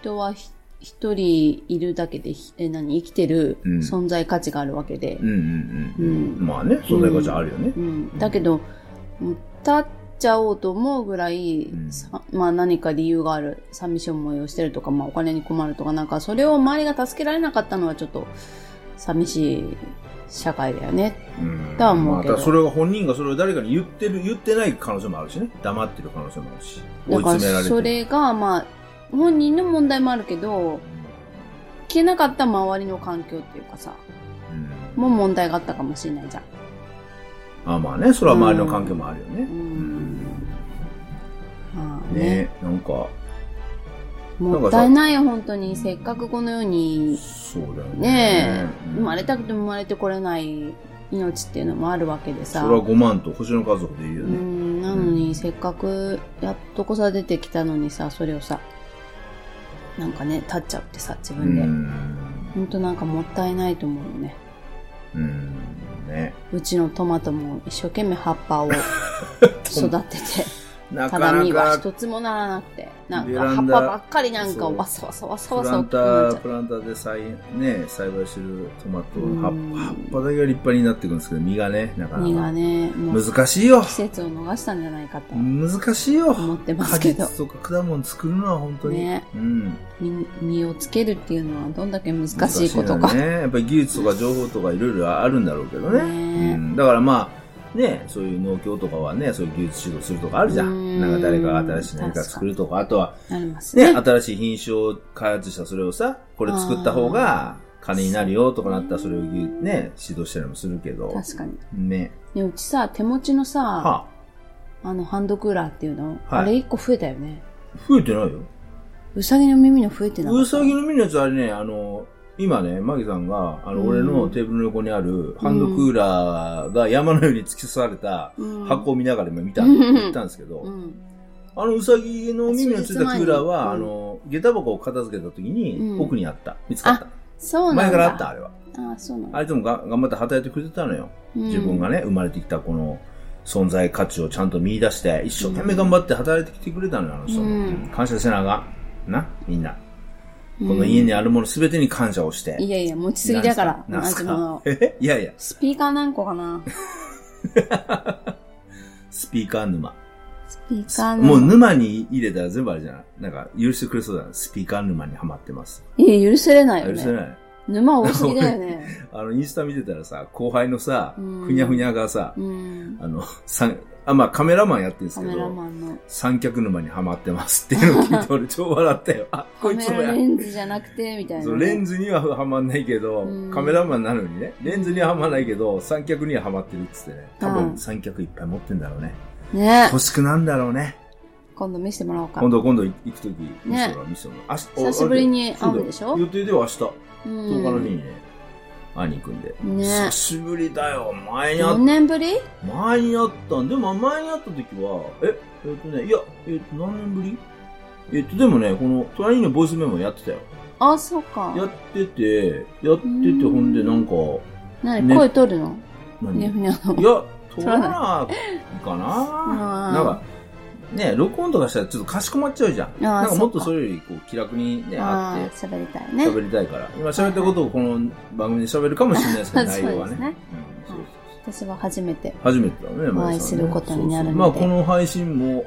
[SPEAKER 1] 人はひ一人いるだけでひえ何生きてる
[SPEAKER 2] うん
[SPEAKER 1] 存在価値があるわけで
[SPEAKER 2] うん、うんうん
[SPEAKER 1] う
[SPEAKER 2] うん。まあね、存在価値あるよね
[SPEAKER 1] う。んだけどもう立っちゃおうと思うぐらい、
[SPEAKER 2] うん
[SPEAKER 1] さまあ、何か理由がある寂しい思いをしてるとか、まあ、お金に困るとかなんかそれを周りが助けられなかったのはちょっと寂しい社会だよね。
[SPEAKER 2] うん
[SPEAKER 1] とは思うけど
[SPEAKER 2] まあただそれが本人がそれを誰かに言ってる、言ってない可能性もあるしね。黙ってる可能性もあるし。追
[SPEAKER 1] だ
[SPEAKER 2] い
[SPEAKER 1] か
[SPEAKER 2] 詰めら
[SPEAKER 1] ら
[SPEAKER 2] れて
[SPEAKER 1] それがまあ本人の問題もあるけど聞けなかった周りの環境っていうかさ
[SPEAKER 2] うん
[SPEAKER 1] もう問題があったかもしれないじゃん。
[SPEAKER 2] あまあね、それは周りの関係もあるよね
[SPEAKER 1] う。んまあね
[SPEAKER 2] ね、なんか、
[SPEAKER 1] もったいないよ本当にせっかくこの世に
[SPEAKER 2] そうだよ
[SPEAKER 1] ね
[SPEAKER 2] ね。
[SPEAKER 1] え生まれたくても生まれてこれない命っていうのもあるわけで
[SPEAKER 2] そ
[SPEAKER 1] さ
[SPEAKER 2] れは5万と星の家族でいるよ
[SPEAKER 1] う
[SPEAKER 2] ね。
[SPEAKER 1] んなのにせっかくやっとこさ出てきたのにさそれをさなんかね立っちゃうってさ自
[SPEAKER 2] う
[SPEAKER 1] 分で、
[SPEAKER 2] ん。
[SPEAKER 1] ほんとなんかもったいないと思うよね
[SPEAKER 2] うん。ね。
[SPEAKER 1] うちのトマトも一生 懸命葉っぱを育てて
[SPEAKER 2] な
[SPEAKER 1] た
[SPEAKER 2] か
[SPEAKER 1] だ実
[SPEAKER 2] な
[SPEAKER 1] は
[SPEAKER 2] か、
[SPEAKER 1] 一つもならなくてなん
[SPEAKER 2] ベ
[SPEAKER 1] か
[SPEAKER 2] ラ
[SPEAKER 1] 葉っ
[SPEAKER 2] ンダ
[SPEAKER 1] ぱばっかりなんか
[SPEAKER 2] そう
[SPEAKER 1] わさわさわさわ
[SPEAKER 2] プ
[SPEAKER 1] さ
[SPEAKER 2] ラ
[SPEAKER 1] 大
[SPEAKER 2] ン
[SPEAKER 1] きくなっち
[SPEAKER 2] ター、
[SPEAKER 1] ゃう
[SPEAKER 2] プ。ランターで栽,、ね、栽培してるトマト、
[SPEAKER 1] うん
[SPEAKER 2] 葉っぱ葉っぱだけが立派になっていくんですけど、実がね、なかな
[SPEAKER 1] 実が
[SPEAKER 2] か。
[SPEAKER 1] ね、もう
[SPEAKER 2] 難しいよ
[SPEAKER 1] 季節を逃したんじゃないかと
[SPEAKER 2] 難しいよ
[SPEAKER 1] 思ってま
[SPEAKER 2] 果
[SPEAKER 1] すけど
[SPEAKER 2] 実。とか果物作るのは本当に。
[SPEAKER 1] ね
[SPEAKER 2] うん。
[SPEAKER 1] み実をつけるっていうのはどんだけ難しいこと
[SPEAKER 2] 難
[SPEAKER 1] か
[SPEAKER 2] し。いよね。やっぱり技術とか情報とかいろいろあるんだろうけどね。
[SPEAKER 1] ね
[SPEAKER 2] うん、だからまあ、ね、そういう農協とかはね、そういう技術指導するとかあるじゃ。
[SPEAKER 1] うんん
[SPEAKER 2] なんか誰かが新しい何か作るとか、あとは
[SPEAKER 1] なります
[SPEAKER 2] ね、
[SPEAKER 1] ね。
[SPEAKER 2] 新しい品種を開発したそれをさ、これ作った方が金になるよとかなったらそれをぎゅね、指導したりもするけど。
[SPEAKER 1] 確かに。
[SPEAKER 2] ね。
[SPEAKER 1] ね、うちさ、手持ちのさ、
[SPEAKER 2] は
[SPEAKER 1] あのハンドクーラーっていうの、
[SPEAKER 2] はい
[SPEAKER 1] あれ一個増えたよね。
[SPEAKER 2] あ、増えてないよ。
[SPEAKER 1] うさぎの耳の増えてなかった
[SPEAKER 2] うさぎの耳のやつあれね、あの、今ね、マギさんが、あの、
[SPEAKER 1] うん
[SPEAKER 2] 俺のテーブルの横にあるハンドクーラーが山のように突き刺された
[SPEAKER 1] うん
[SPEAKER 2] 箱を見ながら今見た、
[SPEAKER 1] うん
[SPEAKER 2] 言ったんですけ
[SPEAKER 1] う
[SPEAKER 2] ど、
[SPEAKER 1] ん。
[SPEAKER 2] あのうさぎの耳のついたクーラーは、あ
[SPEAKER 1] 数日前にうん
[SPEAKER 2] の、下駄箱を片付けた時に
[SPEAKER 1] うん
[SPEAKER 2] 奥にあった。見つかっ
[SPEAKER 1] そうな
[SPEAKER 2] た。
[SPEAKER 1] んだ。
[SPEAKER 2] 前からあった、あれは。
[SPEAKER 1] あそうなん
[SPEAKER 2] あ
[SPEAKER 1] だ。
[SPEAKER 2] いつもが頑張って働いてくれてたのよ。
[SPEAKER 1] うん
[SPEAKER 2] 自分がね、生まれてきたこの存在価値をちゃんと見出して、一生懸命頑張って働いてきてくれたのよ、あの人。
[SPEAKER 1] うん
[SPEAKER 2] 感謝せなあかん。な、みんな。この家にあるものすべてに感謝をして。
[SPEAKER 1] いやいや、持ちすぎだから。
[SPEAKER 2] なんすか
[SPEAKER 1] マジもう
[SPEAKER 2] なんすか えいやいや、
[SPEAKER 1] スピーカー何個かな
[SPEAKER 2] スピーカー沼。
[SPEAKER 1] スピーカーの。
[SPEAKER 2] もう沼に入れたら全部あれじゃないなんか許してくれそうだな。スピーカー沼にはまってます。
[SPEAKER 1] いや、許せれないよね。
[SPEAKER 2] 許せない。
[SPEAKER 1] 沼多すぎだよね。
[SPEAKER 2] あの、インスタ見てたらさ、後輩のさ、
[SPEAKER 1] うん
[SPEAKER 2] ふにゃふにゃがさ、
[SPEAKER 1] うん。
[SPEAKER 2] あの、三、あ、まあカメラマンやってるんです
[SPEAKER 1] カ
[SPEAKER 2] け
[SPEAKER 1] メラ
[SPEAKER 2] ど、
[SPEAKER 1] マンの。
[SPEAKER 2] 三脚沼にはまってますっていうのを聞いて俺超笑ったよ。あ、
[SPEAKER 1] カ
[SPEAKER 2] こい
[SPEAKER 1] メ
[SPEAKER 2] つも
[SPEAKER 1] ラ
[SPEAKER 2] や。
[SPEAKER 1] レンズじゃなくて、みたいなね、
[SPEAKER 2] そうレンズにははまんないけど
[SPEAKER 1] うん、
[SPEAKER 2] カメラマンなのにね、レンズにははまんないけど、三脚にははまってるっつってね、多
[SPEAKER 1] う
[SPEAKER 2] 分
[SPEAKER 1] ん
[SPEAKER 2] 三脚いっぱい持ってんだろうね。
[SPEAKER 1] ね
[SPEAKER 2] 欲しくなんだろうね。
[SPEAKER 1] 今度見せてもらおうか
[SPEAKER 2] 今。度、今度行くとき、見せてもらう、見せてもらう。明日
[SPEAKER 1] 久しぶりに会うんでし
[SPEAKER 2] そ
[SPEAKER 1] ょ
[SPEAKER 2] だよ予定では明日、
[SPEAKER 1] うん
[SPEAKER 2] 10日の日にね、会いに行くんで。
[SPEAKER 1] ね
[SPEAKER 2] 久しぶりだよ、前に会
[SPEAKER 1] 4
[SPEAKER 2] っ
[SPEAKER 1] 年ぶり
[SPEAKER 2] 前に会ったんでも前に会った時は、え、えっとね、いや、えっと、何年ぶりえっと、でもね、この、隣のボイスメモやってたよ。
[SPEAKER 1] あ、そうか。
[SPEAKER 2] やってて、やってて、ほ
[SPEAKER 1] うん
[SPEAKER 2] んで、なんか、
[SPEAKER 1] 何、
[SPEAKER 2] ね
[SPEAKER 1] 声取るのふにゃ
[SPEAKER 2] 何
[SPEAKER 1] ふにゃの
[SPEAKER 2] い。や、取ら
[SPEAKER 1] ら
[SPEAKER 2] な
[SPEAKER 1] ない
[SPEAKER 2] いかな。
[SPEAKER 1] あー
[SPEAKER 2] なんか、ね、録音とかしたらちょっとかしこまっちゃうじゃん。
[SPEAKER 1] ー
[SPEAKER 2] なんかもっと
[SPEAKER 1] そ
[SPEAKER 2] そ
[SPEAKER 1] っ
[SPEAKER 2] れよりこう気楽にね、
[SPEAKER 1] あ
[SPEAKER 2] 会
[SPEAKER 1] あ
[SPEAKER 2] って
[SPEAKER 1] 喋りたいね。
[SPEAKER 2] 喋りたいから。今喋ったことをこの番組で喋るかもしれないですけど、内容 は
[SPEAKER 1] そうで
[SPEAKER 2] ね。
[SPEAKER 1] すね
[SPEAKER 2] うんそうそうそう
[SPEAKER 1] 私は初めて。
[SPEAKER 2] 初めてだね、
[SPEAKER 1] お会い
[SPEAKER 2] マリさん
[SPEAKER 1] す
[SPEAKER 2] ね
[SPEAKER 1] ることになるので
[SPEAKER 2] そうそうまあ、この配信も、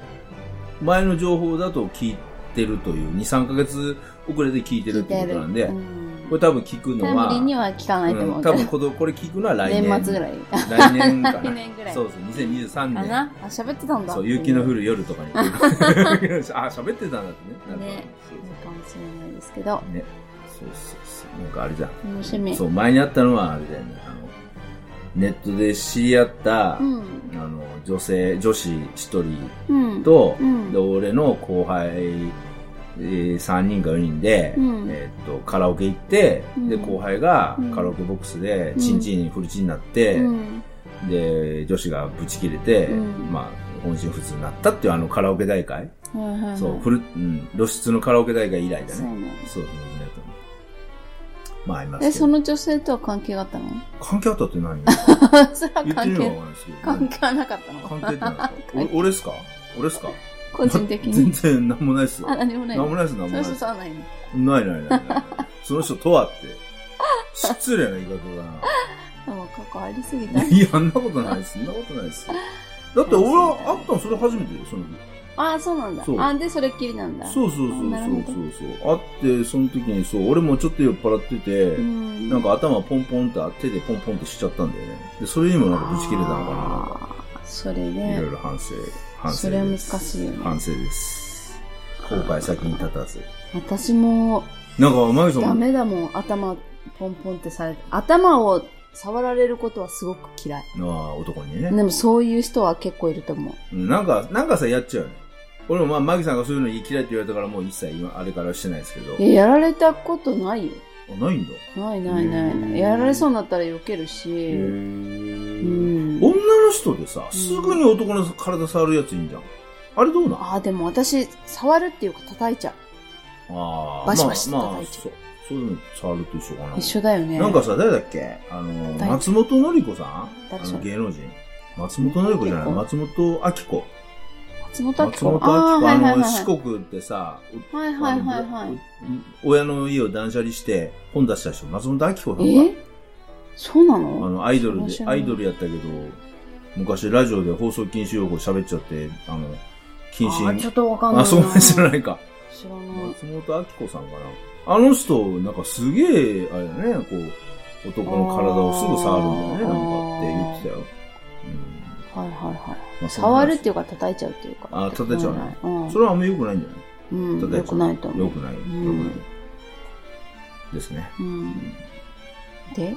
[SPEAKER 2] 前の情報だと聞いてるという、2、3ヶ月遅れて聞いてるってことなんで、
[SPEAKER 1] うん
[SPEAKER 2] これ多分聞くの
[SPEAKER 1] タイム
[SPEAKER 2] は、
[SPEAKER 1] リーには聞かないと思
[SPEAKER 2] う
[SPEAKER 1] うんけ
[SPEAKER 2] 多
[SPEAKER 1] ど。
[SPEAKER 2] 分このこれ聞くのは来年。
[SPEAKER 1] 年末ぐらいか
[SPEAKER 2] 来年かな。
[SPEAKER 1] 来年ぐらい
[SPEAKER 2] そうそう、2023年。
[SPEAKER 1] な。あ、喋ってたんだ。
[SPEAKER 2] そう、雪の降
[SPEAKER 1] る。
[SPEAKER 2] る夜とかに。あ、 喋ってたんだってね。
[SPEAKER 1] ね
[SPEAKER 2] そう
[SPEAKER 1] かもしれないですけど。
[SPEAKER 2] そうね。そうそうそう。なんかあれじゃん。
[SPEAKER 1] 楽しみ。
[SPEAKER 2] そう、前にあったのはあれだよね。あの、ネットで知り合った、
[SPEAKER 1] ん。
[SPEAKER 2] あの、女性、女子一人
[SPEAKER 1] うん。
[SPEAKER 2] と、
[SPEAKER 1] うん
[SPEAKER 2] で、俺の後輩、えー、3人か4人で、
[SPEAKER 1] うん
[SPEAKER 2] えーっと、カラオケ行って、
[SPEAKER 1] うん
[SPEAKER 2] で、後輩が
[SPEAKER 1] うん
[SPEAKER 2] カラオケボックスで
[SPEAKER 1] う、ん
[SPEAKER 2] チンチン、フルチンになって、
[SPEAKER 1] うん
[SPEAKER 2] で、女子がブチ切れて、
[SPEAKER 1] うん
[SPEAKER 2] まあ、本心不通になったっていうあのカラオケ大会、
[SPEAKER 1] はいはいはい
[SPEAKER 2] そう、フル、うん、露出のカラオケ大会以来だ
[SPEAKER 1] そう
[SPEAKER 2] ね。
[SPEAKER 1] ね。
[SPEAKER 2] そう、そうね。まあ、あります
[SPEAKER 1] え、
[SPEAKER 2] けど
[SPEAKER 1] そ。の女性とは関係があったの
[SPEAKER 2] 関係あったって何
[SPEAKER 1] それは
[SPEAKER 2] 言って
[SPEAKER 1] 関
[SPEAKER 2] みれ
[SPEAKER 1] 係、
[SPEAKER 2] ばわかんないですけど。
[SPEAKER 1] 関係はなかったの
[SPEAKER 2] 関係って何ですかお俺っすか俺っすか
[SPEAKER 1] 個人的
[SPEAKER 2] 全
[SPEAKER 1] に。
[SPEAKER 2] 然何もないっすよ。
[SPEAKER 1] あ、何もない
[SPEAKER 2] 何も
[SPEAKER 1] の。
[SPEAKER 2] ないっす、何
[SPEAKER 1] そ
[SPEAKER 2] もない
[SPEAKER 1] の
[SPEAKER 2] っす
[SPEAKER 1] 人。とはないの。
[SPEAKER 2] ないないないない。その人とはって。失礼な言い方だな。
[SPEAKER 1] でも過去ありすぎた。
[SPEAKER 2] いや、あんなことないです。そんなことないです。だって俺は会ったのそれ初めてよ、その時。
[SPEAKER 1] ああ、そうなんだ
[SPEAKER 2] そう。
[SPEAKER 1] あ、で、それっきりなんだ。
[SPEAKER 2] そうそうそう
[SPEAKER 1] なるほど
[SPEAKER 2] そうそうそう。会って、その時にそう、俺もちょっと酔っ払ってて
[SPEAKER 1] う、ん。
[SPEAKER 2] なんか頭ポンポンって、手でポンポンってしちゃったんだよね。で、それにもなんかぶち切れたのか
[SPEAKER 1] あーそれ
[SPEAKER 2] な。い
[SPEAKER 1] ね
[SPEAKER 2] ろいろ反省。反省
[SPEAKER 1] それは
[SPEAKER 2] で
[SPEAKER 1] 難
[SPEAKER 2] す。
[SPEAKER 1] しいよね
[SPEAKER 2] 反省です。後悔先に立たず。
[SPEAKER 1] 私も
[SPEAKER 2] なんか、マギさんも
[SPEAKER 1] ダメだもん頭ポンポンってされて頭を触られることはすごく嫌い
[SPEAKER 2] ああ、男にね。
[SPEAKER 1] でもそういう人は結構いると思う
[SPEAKER 2] うんなんか、なんかさ、やっちゃうよね。俺もまあ、マギさんがそういうの嫌いって言われたから、もう一切今、あれからしてないですけど。
[SPEAKER 1] いややられたことないよ
[SPEAKER 2] あ、ないんだ。
[SPEAKER 1] ないないない
[SPEAKER 2] うん
[SPEAKER 1] ないやられそうになったら避けるしう
[SPEAKER 2] 女
[SPEAKER 1] ん
[SPEAKER 2] の人でさ、すぐに男の体触るやついいんじゃん。あれどうなん
[SPEAKER 1] ああでも私触るっていうか叩いちゃ
[SPEAKER 2] あー
[SPEAKER 1] バシバシ
[SPEAKER 2] まあ、まあ、
[SPEAKER 1] 叩いちゃ
[SPEAKER 2] そう。そういうの触ると一緒かな。
[SPEAKER 1] う一緒だよね
[SPEAKER 2] なんかさ、誰だっけあの、
[SPEAKER 1] 誰
[SPEAKER 2] 松本のり子さん
[SPEAKER 1] 誰
[SPEAKER 2] あ
[SPEAKER 1] それ
[SPEAKER 2] の、芸能人。松本のり子じゃない、松本明子。
[SPEAKER 1] 松本明
[SPEAKER 2] 松
[SPEAKER 1] 子。
[SPEAKER 2] 本明子、
[SPEAKER 1] ああ、はいは
[SPEAKER 2] あ
[SPEAKER 1] いはい
[SPEAKER 2] の、
[SPEAKER 1] は
[SPEAKER 2] 四
[SPEAKER 1] い。
[SPEAKER 2] 国ってさ、
[SPEAKER 1] はいはいはいはい。
[SPEAKER 2] 親の家を断捨離して本出した人、松本明子さんが、
[SPEAKER 1] えそうな
[SPEAKER 2] あ
[SPEAKER 1] の
[SPEAKER 2] の、アイドル
[SPEAKER 1] 知ら
[SPEAKER 2] で、
[SPEAKER 1] な
[SPEAKER 2] ア
[SPEAKER 1] い
[SPEAKER 2] イドルやったけど、昔ラジオで放送禁止用語喋っちゃって、あの、禁
[SPEAKER 1] あーちょ
[SPEAKER 2] 止
[SPEAKER 1] っとわかんない
[SPEAKER 2] あ、
[SPEAKER 1] な。
[SPEAKER 2] そうなん知ら
[SPEAKER 1] い。
[SPEAKER 2] ないか。
[SPEAKER 1] 知らない。
[SPEAKER 2] 松本明子さんかな。あの人、なんかすげえ、あれだね、こう、男の体をすぐ触るんだよね、
[SPEAKER 1] あー
[SPEAKER 2] なんかって言ってたよ。
[SPEAKER 1] はいはいはい。
[SPEAKER 2] うん
[SPEAKER 1] 触るっていうか叩いちゃうっていうか。
[SPEAKER 2] あ叩いちゃうね
[SPEAKER 1] うん。
[SPEAKER 2] それはあんま良くないんじゃない
[SPEAKER 1] うん、
[SPEAKER 2] 叩いちゃう
[SPEAKER 1] よくないと思
[SPEAKER 2] 良
[SPEAKER 1] う。
[SPEAKER 2] くない。良く
[SPEAKER 1] ん
[SPEAKER 2] ない。ですね。
[SPEAKER 1] うん。で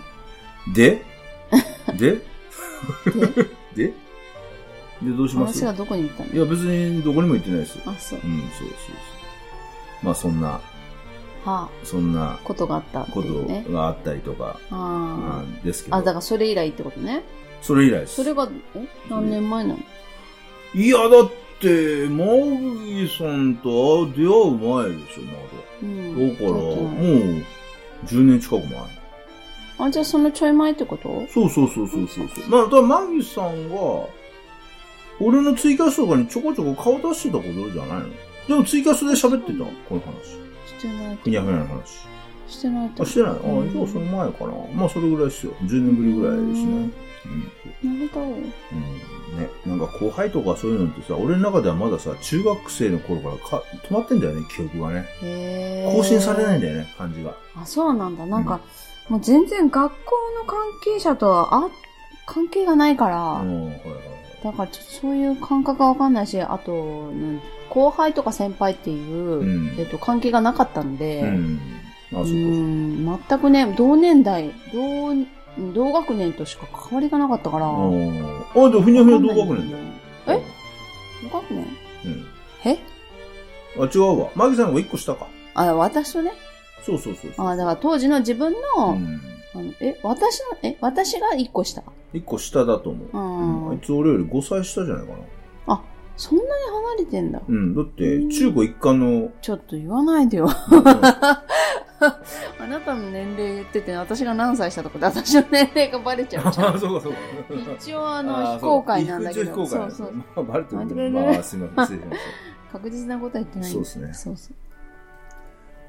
[SPEAKER 2] でで
[SPEAKER 1] で
[SPEAKER 2] でで、ど うします
[SPEAKER 1] 話がどこに行ったの
[SPEAKER 2] いや、別にどこにも行ってないですよ。
[SPEAKER 1] あ、そう
[SPEAKER 2] う。ん、そうそうそう。まあ、そんな、
[SPEAKER 1] は
[SPEAKER 2] そんな
[SPEAKER 1] あ、ことがあったって
[SPEAKER 2] こ
[SPEAKER 1] いうね
[SPEAKER 2] と。があったりとか、
[SPEAKER 1] あ
[SPEAKER 2] うんですけ
[SPEAKER 1] あ。あ、だか
[SPEAKER 2] ど、
[SPEAKER 1] らそれ以来ってことね。
[SPEAKER 2] それ以来です
[SPEAKER 1] そ。れが、え何年前なの
[SPEAKER 2] いや、だって、マギさんと出会う前でしょ、
[SPEAKER 1] う
[SPEAKER 2] ま
[SPEAKER 1] ん。
[SPEAKER 2] だ。だから、
[SPEAKER 1] 経
[SPEAKER 2] も
[SPEAKER 1] っ
[SPEAKER 2] う
[SPEAKER 1] てない、
[SPEAKER 2] 10年近く前。
[SPEAKER 1] あ、じゃあそのちょい前ってこと
[SPEAKER 2] そうそうそうそうそうそう。まあ、だからマギさんが、俺のツイキャスとかにちょこちょこ顔出してたことじゃないのでもツイキャスで喋ってた、この話。
[SPEAKER 1] してない
[SPEAKER 2] ふ
[SPEAKER 1] と
[SPEAKER 2] にゃふにゃの話。
[SPEAKER 1] してないと
[SPEAKER 2] あ、してないあ、じ
[SPEAKER 1] うん
[SPEAKER 2] ゃあその前かな。まあそれぐらいですよ。10年ぶりぐらいですね。
[SPEAKER 1] なるほど。
[SPEAKER 2] うん。うん。ね。なんか後輩とかそういうのってさ、俺の中ではまださ、中学生の頃からか止まってんだよね、記憶がね。
[SPEAKER 1] へえ。
[SPEAKER 2] 更新されないんだよね、感じが。
[SPEAKER 1] あ、そうなんだ。なんか、もう全然学校の関係者とは、あ、関係がないから、
[SPEAKER 2] うん、はいはいはい。
[SPEAKER 1] だからちょっとそういう感覚がわかんないし、あと、なん後輩とか先輩っていう、
[SPEAKER 2] うん
[SPEAKER 1] えっと、関係がなかったんで、
[SPEAKER 2] うん。あ、そううかそうか。
[SPEAKER 1] ん、全くね、同年代、同、同学年としか関わりがなかったから、わ
[SPEAKER 2] あ、でもふにゃ
[SPEAKER 1] か
[SPEAKER 2] ふ
[SPEAKER 1] ん
[SPEAKER 2] に
[SPEAKER 1] な
[SPEAKER 2] ゃ
[SPEAKER 1] いんだ
[SPEAKER 2] 同
[SPEAKER 1] よ
[SPEAKER 2] 学年だよ。
[SPEAKER 1] ねえ同学年
[SPEAKER 2] うん。
[SPEAKER 1] え
[SPEAKER 2] あ、違うわ。マギさんが1個下か。
[SPEAKER 1] あ、私とね、
[SPEAKER 2] そうそうそうそう。
[SPEAKER 1] あ、だから当時の自分の、
[SPEAKER 2] うん。
[SPEAKER 1] あのえ、私の、え、私が1個下。
[SPEAKER 2] 1個下だと思う。
[SPEAKER 1] うん
[SPEAKER 2] うんあいつ俺より5歳下じゃないかな。
[SPEAKER 1] そんなに離れてんだ。
[SPEAKER 2] うん。だって、中高一貫 の、
[SPEAKER 1] ちょっと言わないでよ。
[SPEAKER 2] うん
[SPEAKER 1] あなたの年齢言ってて、私が何歳したとかで、私の年齢がバレちゃうじゃ
[SPEAKER 2] あ
[SPEAKER 1] ん。
[SPEAKER 2] そうかそうか。
[SPEAKER 1] 一応、あ
[SPEAKER 2] あ
[SPEAKER 1] の、
[SPEAKER 2] ー
[SPEAKER 1] 非公開なんだけど、
[SPEAKER 2] そう
[SPEAKER 1] そ
[SPEAKER 2] か
[SPEAKER 1] う
[SPEAKER 2] 一
[SPEAKER 1] そ
[SPEAKER 2] 応非公開
[SPEAKER 1] う。
[SPEAKER 2] なんだまあ、バレてるけ
[SPEAKER 1] バ
[SPEAKER 2] ど
[SPEAKER 1] レてる
[SPEAKER 2] まあ、すみません。失礼しまし
[SPEAKER 1] 確実なことは言って
[SPEAKER 2] た。
[SPEAKER 1] ないん
[SPEAKER 2] そ
[SPEAKER 1] だ
[SPEAKER 2] うですね。
[SPEAKER 1] そうそう。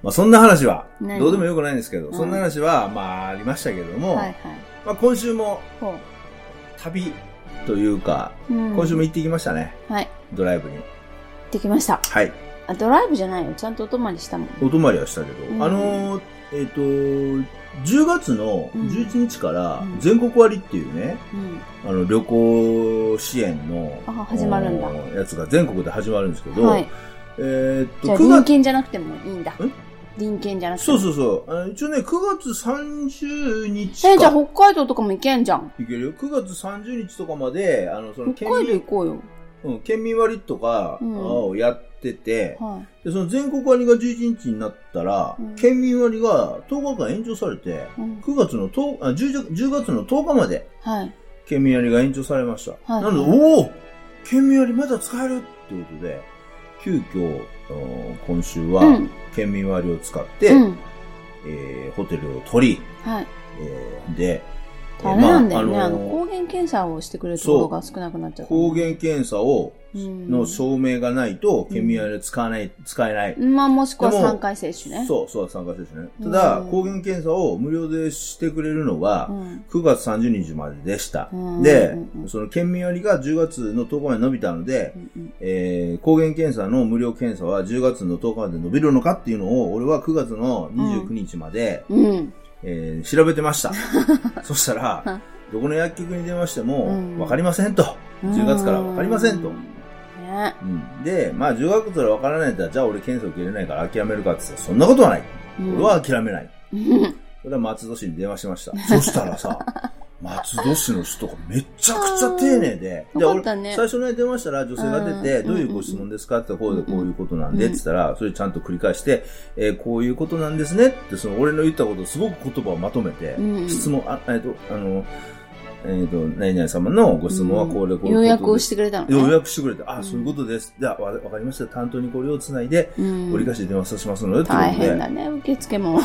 [SPEAKER 2] まあ、そんな話は、
[SPEAKER 1] ない
[SPEAKER 2] どうでもよくないんですけど、
[SPEAKER 1] ん
[SPEAKER 2] そんな話は、まあ、ありましたけど
[SPEAKER 1] は
[SPEAKER 2] も、
[SPEAKER 1] いはい。
[SPEAKER 2] まあ、今週も
[SPEAKER 1] ほう。
[SPEAKER 2] 旅というか、
[SPEAKER 1] うん
[SPEAKER 2] 今週も行ってきましたね。
[SPEAKER 1] はい。行
[SPEAKER 2] ドライブに。
[SPEAKER 1] ってきました。
[SPEAKER 2] はい。
[SPEAKER 1] あ、ドライブじゃないよ。ちゃんとお泊まりしたもん。
[SPEAKER 2] お泊まりはしたけど、
[SPEAKER 1] うん
[SPEAKER 2] あのー、えっ、と、10月の11日から
[SPEAKER 1] うん
[SPEAKER 2] 全国割っていうね、
[SPEAKER 1] うん。
[SPEAKER 2] あの旅行支援の
[SPEAKER 1] あ始まるんだ
[SPEAKER 2] あのやつが全国で始まるんですけど、
[SPEAKER 1] はい。
[SPEAKER 2] えーっ
[SPEAKER 1] じゃ
[SPEAKER 2] と
[SPEAKER 1] あ、
[SPEAKER 2] 9
[SPEAKER 1] 臨
[SPEAKER 2] 月
[SPEAKER 1] 県じゃなくてもいいんだ。臨県じゃなくて
[SPEAKER 2] そう
[SPEAKER 1] も。
[SPEAKER 2] そうそうあの一応ね9月30日か
[SPEAKER 1] え、じゃあ北海道とかも行けんじゃん。
[SPEAKER 2] いけるよ9月30日とかまであのその
[SPEAKER 1] 北
[SPEAKER 2] 県
[SPEAKER 1] 海道行
[SPEAKER 2] 民,、
[SPEAKER 1] こうよ。
[SPEAKER 2] うん、県民割とか
[SPEAKER 1] うん
[SPEAKER 2] をやってて、
[SPEAKER 1] は
[SPEAKER 2] でその全国割が11日になったら、
[SPEAKER 1] うん
[SPEAKER 2] 県民割が10日間延長されて
[SPEAKER 1] い。うん。
[SPEAKER 2] 9月の10あ 10, 10月の10日まで
[SPEAKER 1] はい。
[SPEAKER 2] 県民割が延長されました。
[SPEAKER 1] はい
[SPEAKER 2] なので、おお県民割まだ使えるってことで、急遽、あの今週は
[SPEAKER 1] うん。
[SPEAKER 2] 県民割を使って、
[SPEAKER 1] うん。
[SPEAKER 2] えーホテルを取り、
[SPEAKER 1] はい。
[SPEAKER 2] えーで、えー
[SPEAKER 1] あれなんだよね、
[SPEAKER 2] まあ
[SPEAKER 1] あ
[SPEAKER 2] あの
[SPEAKER 1] の抗原検査をしてくれるところが少なくなっちゃった。
[SPEAKER 2] 抗原検査を、の
[SPEAKER 1] の
[SPEAKER 2] 証明がないと、
[SPEAKER 1] うん
[SPEAKER 2] 県民割は使わない、使えない。
[SPEAKER 1] まあもしくは
[SPEAKER 2] でも
[SPEAKER 1] 3回接種ね。
[SPEAKER 2] そう、そう、参加してね。ただ、
[SPEAKER 1] うん
[SPEAKER 2] 抗原検査を無料でしてくれるのは、
[SPEAKER 1] ん
[SPEAKER 2] 9月30日まででした。
[SPEAKER 1] うん
[SPEAKER 2] で
[SPEAKER 1] うんうん、
[SPEAKER 2] その県民割が10月の10日まで伸びたので
[SPEAKER 1] う、んうん
[SPEAKER 2] えー抗原検査の無料検査は10月の10日まで伸びるのかっていうのを、俺は9月の29日まで、
[SPEAKER 1] うん。
[SPEAKER 2] えー調べてました。 そし たら、どこの薬局に電話して
[SPEAKER 1] う
[SPEAKER 2] も、
[SPEAKER 1] ん
[SPEAKER 2] わかりませんと。10月からわかりませんと
[SPEAKER 1] う。ね。
[SPEAKER 2] うんで、まあ10月からわからないんだったら、じゃあ俺検査受けれないから諦めるかって言ったら、そんなことはない。
[SPEAKER 1] うん
[SPEAKER 2] 俺は諦めない。
[SPEAKER 1] うん
[SPEAKER 2] それは松戸市に電話しました。そしたらさ、 松戸市の人がめちゃくちゃ丁寧で。
[SPEAKER 1] あー
[SPEAKER 2] で、
[SPEAKER 1] よか
[SPEAKER 2] 俺、
[SPEAKER 1] ったね
[SPEAKER 2] 最初の電話したら女性が出て、
[SPEAKER 1] うん
[SPEAKER 2] どういうご質問ですかって、こうでこういうことなんで、って言ったら、それちゃんと繰り返して、えーこういうことなんですねって、その俺の言ったことをすごく言葉をまとめて、
[SPEAKER 1] うん
[SPEAKER 2] 質問、あ、えっ、と、あの、えっ、と、何々様のご質問はこうでこういうことです。
[SPEAKER 1] 予約をしてくれたのね。
[SPEAKER 2] 予約してくれて、あ、
[SPEAKER 1] うん
[SPEAKER 2] そういうことです。じゃあ、わわかりました。担当にこれをつないで、
[SPEAKER 1] うん
[SPEAKER 2] 折り返しで電話させますので、ってことで
[SPEAKER 1] 大変だね、受付も。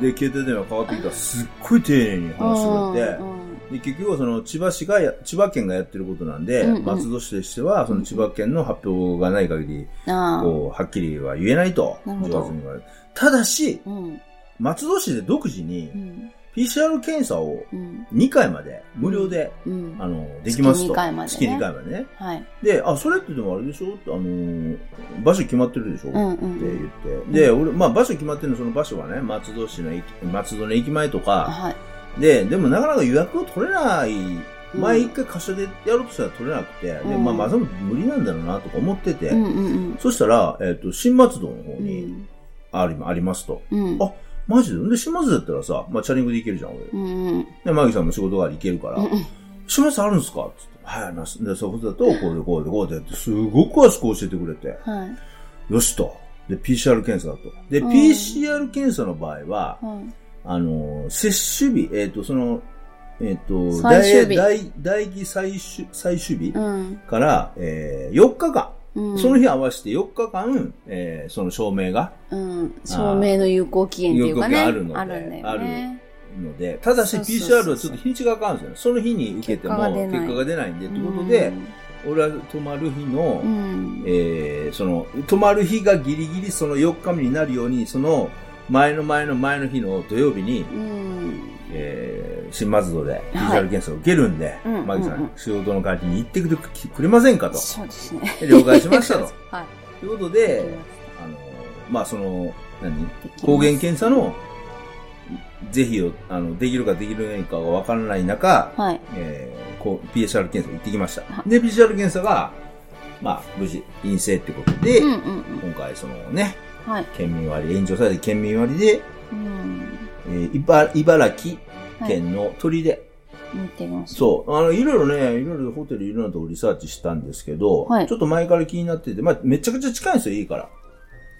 [SPEAKER 2] で、携帯電話かかってきたら、すっごい丁寧に話してくれて
[SPEAKER 1] うん、
[SPEAKER 2] で結局はその千葉市がや、千葉県がやってることなんで、
[SPEAKER 1] うんうん
[SPEAKER 2] 松戸市としては、その千葉県の発表がない限り、
[SPEAKER 1] ああ。
[SPEAKER 2] こう、はっきりは言えないと。
[SPEAKER 1] なるほど
[SPEAKER 2] 18にはただし、
[SPEAKER 1] うん。
[SPEAKER 2] 松戸市で独自に
[SPEAKER 1] う、ん。
[SPEAKER 2] PCR 検査を
[SPEAKER 1] うん。
[SPEAKER 2] 2回まで、無料で、
[SPEAKER 1] うん。
[SPEAKER 2] あの、できます
[SPEAKER 1] 月
[SPEAKER 2] と。
[SPEAKER 1] 2回までね
[SPEAKER 2] 月2回までね。
[SPEAKER 1] はい。
[SPEAKER 2] で、あ、それってでもあれでしょあのー、場所決まってるでしょ、
[SPEAKER 1] うんう
[SPEAKER 2] っ
[SPEAKER 1] ん
[SPEAKER 2] て
[SPEAKER 1] うん。
[SPEAKER 2] 言って。で、俺、まあ場所決まってるの、その場所はね、松戸市の駅、松戸の駅前とか、
[SPEAKER 1] はい。
[SPEAKER 2] で、でもなかなか予約を取れない。
[SPEAKER 1] うん
[SPEAKER 2] 前一回箇所でやろうとしたら取れなくて、で、
[SPEAKER 1] うん
[SPEAKER 2] まあまあそれも無理なんだろうなとか思ってて、
[SPEAKER 1] うんうん
[SPEAKER 2] そしたら、えっ、と、新松戸の方
[SPEAKER 1] うん。う
[SPEAKER 2] に
[SPEAKER 1] ん。
[SPEAKER 2] あり,、ありますと。
[SPEAKER 1] うん。
[SPEAKER 2] あマジでで、新松戸だったらさ、まあチャリングで行けるじゃん、俺。
[SPEAKER 1] うんうん。
[SPEAKER 2] で、マギさんも仕事が行けるから、
[SPEAKER 1] うんうん
[SPEAKER 2] 新松戸あるんですかつって。はい、なす。で、そこだと、こうでこうでこうでって、すごくあそこ教えてくれて、
[SPEAKER 1] はい。
[SPEAKER 2] よしと。で、PCR 検査だと。で、
[SPEAKER 1] うん
[SPEAKER 2] PCR 検査の場合は、
[SPEAKER 1] はい。
[SPEAKER 2] あの、接種日、えっ、と、その、えっ、と、
[SPEAKER 1] 最終日
[SPEAKER 2] 大大唾液最終最終日
[SPEAKER 1] うん。
[SPEAKER 2] から、えー、4日間、
[SPEAKER 1] うん。
[SPEAKER 2] その日合わせて4日間、えー、その証明が
[SPEAKER 1] うん。証明の有効期限っていうかね。
[SPEAKER 2] 有効期限あ
[SPEAKER 1] あ
[SPEAKER 2] るので
[SPEAKER 1] るんだよね。
[SPEAKER 2] ので、ただし
[SPEAKER 1] そうそうそう
[SPEAKER 2] PCR はちょっと日にちが変わるんですよね。その日に受けても
[SPEAKER 1] 結果が出ない
[SPEAKER 2] 結果が出ないんで、と
[SPEAKER 1] と
[SPEAKER 2] いうことで、、俺は泊まる日の、
[SPEAKER 1] うん。
[SPEAKER 2] えー、その、泊まる日がギリギリその4日目になるように、その前の前の前の日の土曜日に、
[SPEAKER 1] うん。
[SPEAKER 2] えー、新松戸でビジュア
[SPEAKER 1] はい
[SPEAKER 2] ル検査を受けるんで、
[SPEAKER 1] うん
[SPEAKER 2] マギさ
[SPEAKER 1] うんうん
[SPEAKER 2] ん、仕事の代わりに行ってくれくれませんかと、
[SPEAKER 1] そうですね。
[SPEAKER 2] 了解しましたと。。
[SPEAKER 1] はい。
[SPEAKER 2] ということ
[SPEAKER 1] でき
[SPEAKER 2] で
[SPEAKER 1] ま、
[SPEAKER 2] あの、まあ、その、何
[SPEAKER 1] できます
[SPEAKER 2] 抗原検査の、是非を、あの、できるかできないかがわからない中、
[SPEAKER 1] はい。
[SPEAKER 2] えー、こう、PCR 検査行ってきました
[SPEAKER 1] は。
[SPEAKER 2] で、PCR 検査が、まあ、無事、陰性ってことで、
[SPEAKER 1] うんうんうん。
[SPEAKER 2] 今回、そのね、
[SPEAKER 1] はい。
[SPEAKER 2] 県民割、延長されて県民割で、
[SPEAKER 1] うん。
[SPEAKER 2] えー茨茨城県の鳥で、
[SPEAKER 1] 見てみましょ
[SPEAKER 2] そう。あの、いろいろね、いろいろホテルいろんなとこリサーチしたんですけど、
[SPEAKER 1] はい
[SPEAKER 2] ちょっと前から気になってて、まあ、めちゃくちゃ近いんですよ、いいから。
[SPEAKER 1] う。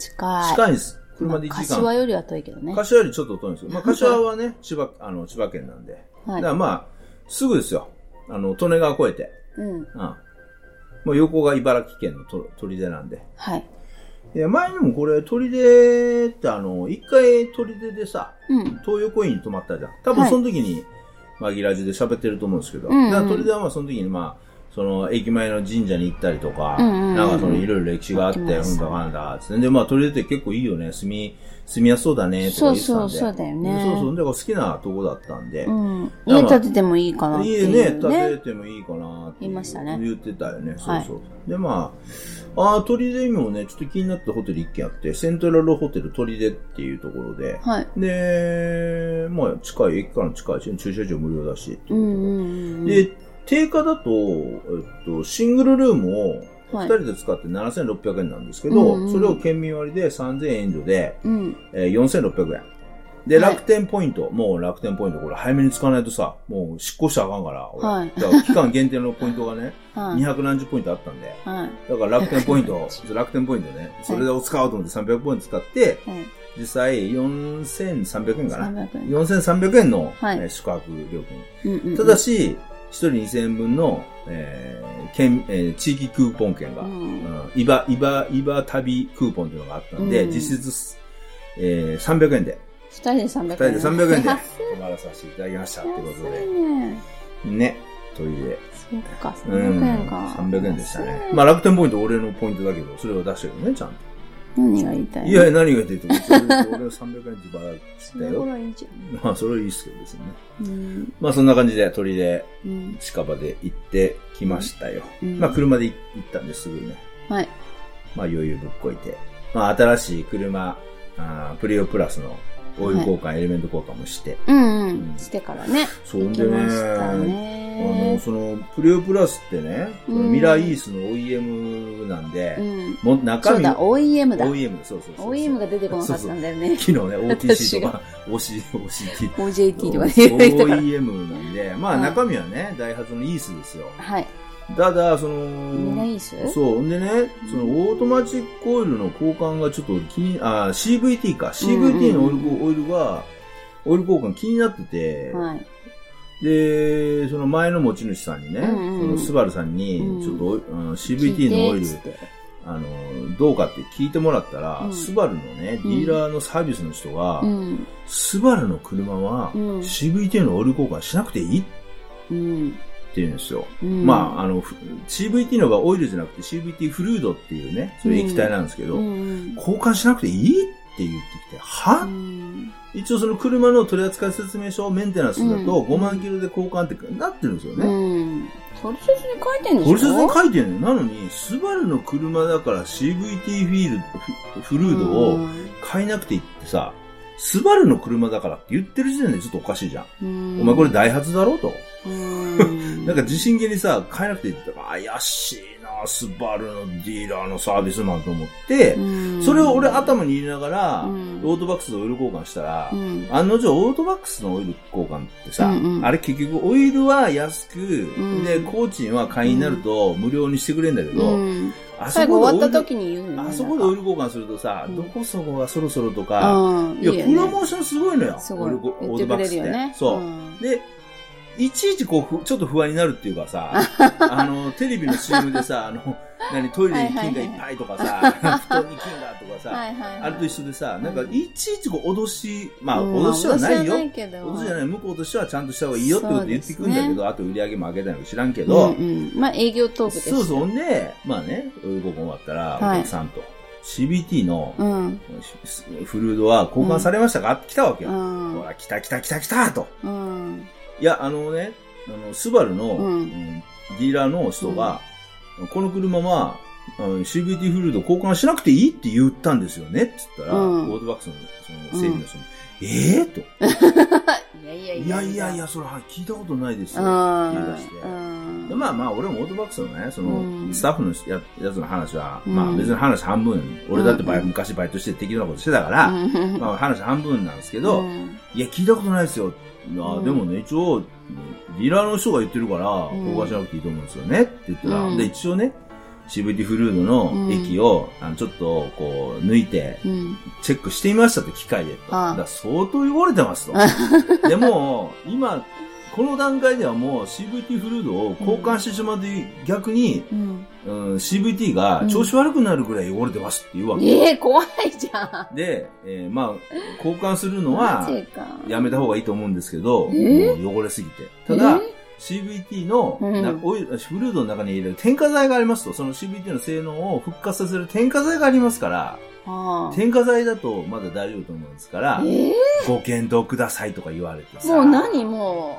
[SPEAKER 1] 近い。
[SPEAKER 2] 近いんです。車で1
[SPEAKER 1] まあ
[SPEAKER 2] 時間。
[SPEAKER 1] 柏よりは遠いけどね。
[SPEAKER 2] 柏よりちょっと遠いんですけど、まあ、柏はね、千葉、あの、千葉県なんで。
[SPEAKER 1] は
[SPEAKER 2] だ
[SPEAKER 1] い
[SPEAKER 2] か。らまあ、すぐですよ。あの、利根川越えて。
[SPEAKER 1] うん。
[SPEAKER 2] うん。もう横が茨城県のと砦なんで。
[SPEAKER 1] はい。
[SPEAKER 2] で、前にもこれ、砦ってあの、一回砦でさ、
[SPEAKER 1] うん。
[SPEAKER 2] 東横インに泊まったじゃん。多
[SPEAKER 1] は
[SPEAKER 2] 分
[SPEAKER 1] い
[SPEAKER 2] その時に、紛らじで喋ってると思うんですけど。
[SPEAKER 1] うんうん
[SPEAKER 2] だから鳥田はその時に、まあ、その駅前の神社に行ったりとか、
[SPEAKER 1] うんうんうん
[SPEAKER 2] なんかそのいろいろ歴史があって、
[SPEAKER 1] 行
[SPEAKER 2] うん
[SPEAKER 1] ってます
[SPEAKER 2] だかんだ、つって。で、まあ鳥田って結構いいよね、住み、住みやすそうだね、とか
[SPEAKER 1] そ
[SPEAKER 2] 言っ
[SPEAKER 1] う
[SPEAKER 2] てた
[SPEAKER 1] そ
[SPEAKER 2] んで。
[SPEAKER 1] う、そうだよね。
[SPEAKER 2] そうそう、だから好きなとこだったんで。
[SPEAKER 1] うん。
[SPEAKER 2] ら
[SPEAKER 1] 家建ててもいいかなって
[SPEAKER 2] いい
[SPEAKER 1] い
[SPEAKER 2] よ
[SPEAKER 1] う、
[SPEAKER 2] ね、
[SPEAKER 1] ね。
[SPEAKER 2] 建ててもいいかなって
[SPEAKER 1] 言いましたね
[SPEAKER 2] 言ってたよね。そ
[SPEAKER 1] は
[SPEAKER 2] う
[SPEAKER 1] い
[SPEAKER 2] そう。で、まあ、ああ、鳥出にもね、ちょっと気になったホテル一軒あって、セントラルホテル鳥出っていうところで、
[SPEAKER 1] はい。
[SPEAKER 2] で、まあ、近い、駅から近いし、駐車場無料だし、
[SPEAKER 1] うんうんうん。
[SPEAKER 2] で、定価だと、えっと、シングルルームを
[SPEAKER 1] は
[SPEAKER 2] 2
[SPEAKER 1] い
[SPEAKER 2] 人で使って7600円なんですけど、
[SPEAKER 1] うんうん
[SPEAKER 2] それを県民割で3000円以上で、
[SPEAKER 1] うん。
[SPEAKER 2] えー4600円。で、
[SPEAKER 1] はい
[SPEAKER 2] 楽天ポイント、もう楽天ポイント、これ早めに使わないとさ、もう執行しちゃあかんから、俺
[SPEAKER 1] はい
[SPEAKER 2] だから期間限定のポイントがね、
[SPEAKER 1] はい。
[SPEAKER 2] 200何十ポイントあったんで、
[SPEAKER 1] はい。
[SPEAKER 2] だから楽天ポイント、楽天ポイントね、それを使おうと思って300ポイント使って、
[SPEAKER 1] はい。
[SPEAKER 2] 実際4300円かな。
[SPEAKER 1] 300円。
[SPEAKER 2] 4300円の、
[SPEAKER 1] はい
[SPEAKER 2] えー宿泊料金。
[SPEAKER 1] うんうんうん。
[SPEAKER 2] ただし、一人2000円分の、えー県えー地域クーポン券が、
[SPEAKER 1] う
[SPEAKER 2] うんん、イバ、イバ、イバ旅クーポンっていうのがあったんで、
[SPEAKER 1] うん
[SPEAKER 2] 実質、えー、300円で、
[SPEAKER 1] 二人で300円。
[SPEAKER 2] 2人で300円で
[SPEAKER 1] 安
[SPEAKER 2] 泊まらさせていただきましたっ
[SPEAKER 1] い
[SPEAKER 2] てこと
[SPEAKER 1] 安い
[SPEAKER 2] で、
[SPEAKER 1] ね。
[SPEAKER 2] ね、トイレ。
[SPEAKER 1] そっか、
[SPEAKER 2] うん、
[SPEAKER 1] 300円か。
[SPEAKER 2] 300円でしたね
[SPEAKER 1] 安。い
[SPEAKER 2] まあ楽天ポイント俺のポイントだけど、それを出してるね、ちゃんと。
[SPEAKER 1] 何が言いたいの
[SPEAKER 2] いや、何が言ってると思う、俺の300円自腹し
[SPEAKER 1] そ
[SPEAKER 2] た
[SPEAKER 1] の頃
[SPEAKER 2] よ。
[SPEAKER 1] はいいじゃん。
[SPEAKER 2] まあ、それはいいっすけどですね。
[SPEAKER 1] うん。
[SPEAKER 2] まあ、そんな感じで、鳥で、
[SPEAKER 1] うん。
[SPEAKER 2] 近場で行ってきましたよ。
[SPEAKER 1] うん
[SPEAKER 2] まあ、車で行ったんですぐね。
[SPEAKER 1] はい。
[SPEAKER 2] まあ、余裕ぶっこいて。まあ、新しい車、あープレオプラスのオイル交換、エレメント交換もして。
[SPEAKER 1] うんう。
[SPEAKER 2] うんん
[SPEAKER 1] してからね。
[SPEAKER 2] そ
[SPEAKER 1] 行
[SPEAKER 2] ん
[SPEAKER 1] き
[SPEAKER 2] でね、
[SPEAKER 1] ました
[SPEAKER 2] あの、
[SPEAKER 1] ね。
[SPEAKER 2] その、プレオプラスってね、
[SPEAKER 1] うん
[SPEAKER 2] そのミラーイースの OEM なんで
[SPEAKER 1] う、ん。
[SPEAKER 2] もう中
[SPEAKER 1] そう
[SPEAKER 2] 身
[SPEAKER 1] だ、OEM だ。
[SPEAKER 2] OEM そうそうそう。
[SPEAKER 1] OEM が出てこなかったんだよね。
[SPEAKER 2] 昨日ね、OTC と
[SPEAKER 1] 私
[SPEAKER 2] か、OC、OCT
[SPEAKER 1] OJT とかね。言われてたから
[SPEAKER 2] OEM なんで、ま
[SPEAKER 1] う
[SPEAKER 2] あ
[SPEAKER 1] ん
[SPEAKER 2] 中身はね、ダイハツのイースですよ。
[SPEAKER 1] はい。
[SPEAKER 2] ただ、そ
[SPEAKER 1] ミラ
[SPEAKER 2] の、
[SPEAKER 1] イス
[SPEAKER 2] そう。んでね、そのオートマチックオイルの交換がちょっと気に、あ、CVT か。CVT のオイル,、オイルが、オイル交換気になってて、
[SPEAKER 1] はい。
[SPEAKER 2] で、その前の持ち主さんにね、
[SPEAKER 1] うんうんうん
[SPEAKER 2] そのスバルさんに
[SPEAKER 1] うん、
[SPEAKER 2] ちょっとオイル、あの CVT のオ
[SPEAKER 1] 聞い
[SPEAKER 2] イル、
[SPEAKER 1] てっつって
[SPEAKER 2] あの、どうかって聞いてもらったら、
[SPEAKER 1] うん
[SPEAKER 2] スバルのね、ディーラーのサービスの人が、
[SPEAKER 1] うん。
[SPEAKER 2] スバルの車は、
[SPEAKER 1] うん
[SPEAKER 2] CVT のオイル交換しなくていいっ
[SPEAKER 1] うん。
[SPEAKER 2] ていうんですよ。
[SPEAKER 1] うん
[SPEAKER 2] まあ、あの、ふ CVT のがオイルじゃなくて CVT フルードっていうね、そういう液体なんですけど、
[SPEAKER 1] うん。
[SPEAKER 2] 交換しなくていいって言ってきて、は、
[SPEAKER 1] うん
[SPEAKER 2] 一応その車の取扱説明書メンテナンスだと
[SPEAKER 1] うん
[SPEAKER 2] 5万キロで交換ってなってるんですよね。
[SPEAKER 1] うん。取説に書いてんでしょ
[SPEAKER 2] これ説に書いてるのよ。なのに、スバルの車だから CVT フィールド、フフルードを買えなくていいってさ、スバルの車だからって言ってる時点でちょっとおかしいじゃん。
[SPEAKER 1] うん。
[SPEAKER 2] お前これダイハツだろうと。
[SPEAKER 1] うん。
[SPEAKER 2] なんか自信気にさ、買えなくていいって言ったから、怪しいな、スバルのディーラーのサービスマンと思って、
[SPEAKER 1] うん
[SPEAKER 2] それを俺頭に入れながら、
[SPEAKER 1] うん
[SPEAKER 2] オートバックスとオイル交換したら、
[SPEAKER 1] うん。
[SPEAKER 2] 案の定オートバックスのオイル交換ってさ、
[SPEAKER 1] うんうん
[SPEAKER 2] あれ結局オイルは安く、
[SPEAKER 1] ん
[SPEAKER 2] で、工賃は会員になると無料にしてくれんだけど、
[SPEAKER 1] うん
[SPEAKER 2] あそ
[SPEAKER 1] 最後
[SPEAKER 2] こ
[SPEAKER 1] 終わ
[SPEAKER 2] でオ
[SPEAKER 1] っ
[SPEAKER 2] イ
[SPEAKER 1] た
[SPEAKER 2] ル
[SPEAKER 1] 時に言うのね
[SPEAKER 2] あそこでオイル交換するとさ、
[SPEAKER 1] うん
[SPEAKER 2] どこそこがそろそろとか、
[SPEAKER 1] うん。
[SPEAKER 2] いや、
[SPEAKER 1] よ
[SPEAKER 2] プ
[SPEAKER 1] ね
[SPEAKER 2] ロモーションすごいのよ、
[SPEAKER 1] す
[SPEAKER 2] オ
[SPEAKER 1] ご
[SPEAKER 2] イ
[SPEAKER 1] い
[SPEAKER 2] ルゴ。
[SPEAKER 1] 言
[SPEAKER 2] オ
[SPEAKER 1] っ
[SPEAKER 2] ー
[SPEAKER 1] て
[SPEAKER 2] トバ
[SPEAKER 1] く
[SPEAKER 2] ック
[SPEAKER 1] れ
[SPEAKER 2] ス
[SPEAKER 1] る
[SPEAKER 2] っ
[SPEAKER 1] よ
[SPEAKER 2] て。
[SPEAKER 1] ね。
[SPEAKER 2] そう。
[SPEAKER 1] ん
[SPEAKER 2] で、いちいちこうふ、ちょっと不安になるっていう かさ、あの、テレビの CM でさ、あの、何、トイレに菌がいっぱいとかさ、布団に菌がとかさ、
[SPEAKER 1] はいはいはい。
[SPEAKER 2] あれと一緒でさ、なんか
[SPEAKER 1] うん
[SPEAKER 2] いちいちこう脅し、まあ
[SPEAKER 1] うん
[SPEAKER 2] 脅しはないよ
[SPEAKER 1] 脅しは。けど
[SPEAKER 2] 脅しじゃない、向こうとしてはちゃんとした方がいいよってこと言ってくるんだ
[SPEAKER 1] そう
[SPEAKER 2] け
[SPEAKER 1] です
[SPEAKER 2] ど、あと売り上げも上げたのか知らんけ
[SPEAKER 1] う
[SPEAKER 2] ど
[SPEAKER 1] ん、うんまあ営業トークです。
[SPEAKER 2] そうそう、ほんで、まあね、午後終わったら、お
[SPEAKER 1] はい
[SPEAKER 2] 客さんと、CBT の
[SPEAKER 1] うん。
[SPEAKER 2] フルードは交換されましたかって来たわけ
[SPEAKER 1] う
[SPEAKER 2] よ。
[SPEAKER 1] ん。
[SPEAKER 2] ほら、来た来た来た来たと。
[SPEAKER 1] うん。
[SPEAKER 2] いや、あのね、あの、スバルの、
[SPEAKER 1] うん
[SPEAKER 2] うんディーラーの人が、この車は、あの CVT フルード交換しなくていいって言ったんですよねって言ったら、
[SPEAKER 1] うん
[SPEAKER 2] オートバックスのその整備の人も、ええー、と。
[SPEAKER 1] いやいや
[SPEAKER 2] いやいやいや、それは聞いたことないです
[SPEAKER 1] う
[SPEAKER 2] よ。
[SPEAKER 1] ん。
[SPEAKER 2] 言い出して
[SPEAKER 1] うん
[SPEAKER 2] でまあまあ、俺もオートバックスのね、その、
[SPEAKER 1] うん
[SPEAKER 2] スタッフのややつの話は、
[SPEAKER 1] うん
[SPEAKER 2] まあ別に話半分、俺だってバイ、
[SPEAKER 1] うん
[SPEAKER 2] 昔バイトして適当なことしてたから、
[SPEAKER 1] うん
[SPEAKER 2] まあ話半分なんですけど、
[SPEAKER 1] うん
[SPEAKER 2] いや、聞いたことないですよ。あ
[SPEAKER 1] うん
[SPEAKER 2] でもね、一応、ディーラーの人が言ってるから、
[SPEAKER 1] ん
[SPEAKER 2] 交換しなくていいと思うんですよね。って言ったら、
[SPEAKER 1] うん
[SPEAKER 2] で、一応ね、CVT フルードの液を、あのちょっと、こう、抜いて、
[SPEAKER 1] うん。
[SPEAKER 2] チェックしてみましたと、機械で。と
[SPEAKER 1] ああ
[SPEAKER 2] だから相当汚れてます と。でも、今、この段階ではもう CVT フルードを交換してしまうという、逆に、
[SPEAKER 1] うん。
[SPEAKER 2] うん、CVT が調子悪くなるぐらい汚れてますっていうわけ。
[SPEAKER 1] ええ、怖いじゃん。
[SPEAKER 2] で、えーまあ、交換するの
[SPEAKER 1] マ
[SPEAKER 2] は、
[SPEAKER 1] ジか。
[SPEAKER 2] やめた方がいいと思うんですけど、
[SPEAKER 1] え
[SPEAKER 2] もう汚れすぎて。ただ、CVT の、
[SPEAKER 1] うん
[SPEAKER 2] なオイル、フルードの中に入れる添加剤がありますと、その CVT の性能を復活させる添加剤がありますから、
[SPEAKER 1] ああ
[SPEAKER 2] 添加剤だとまだ大丈夫と思うんですから、
[SPEAKER 1] ええ、
[SPEAKER 2] ご検討くださいとか言われてさ。
[SPEAKER 1] もう何も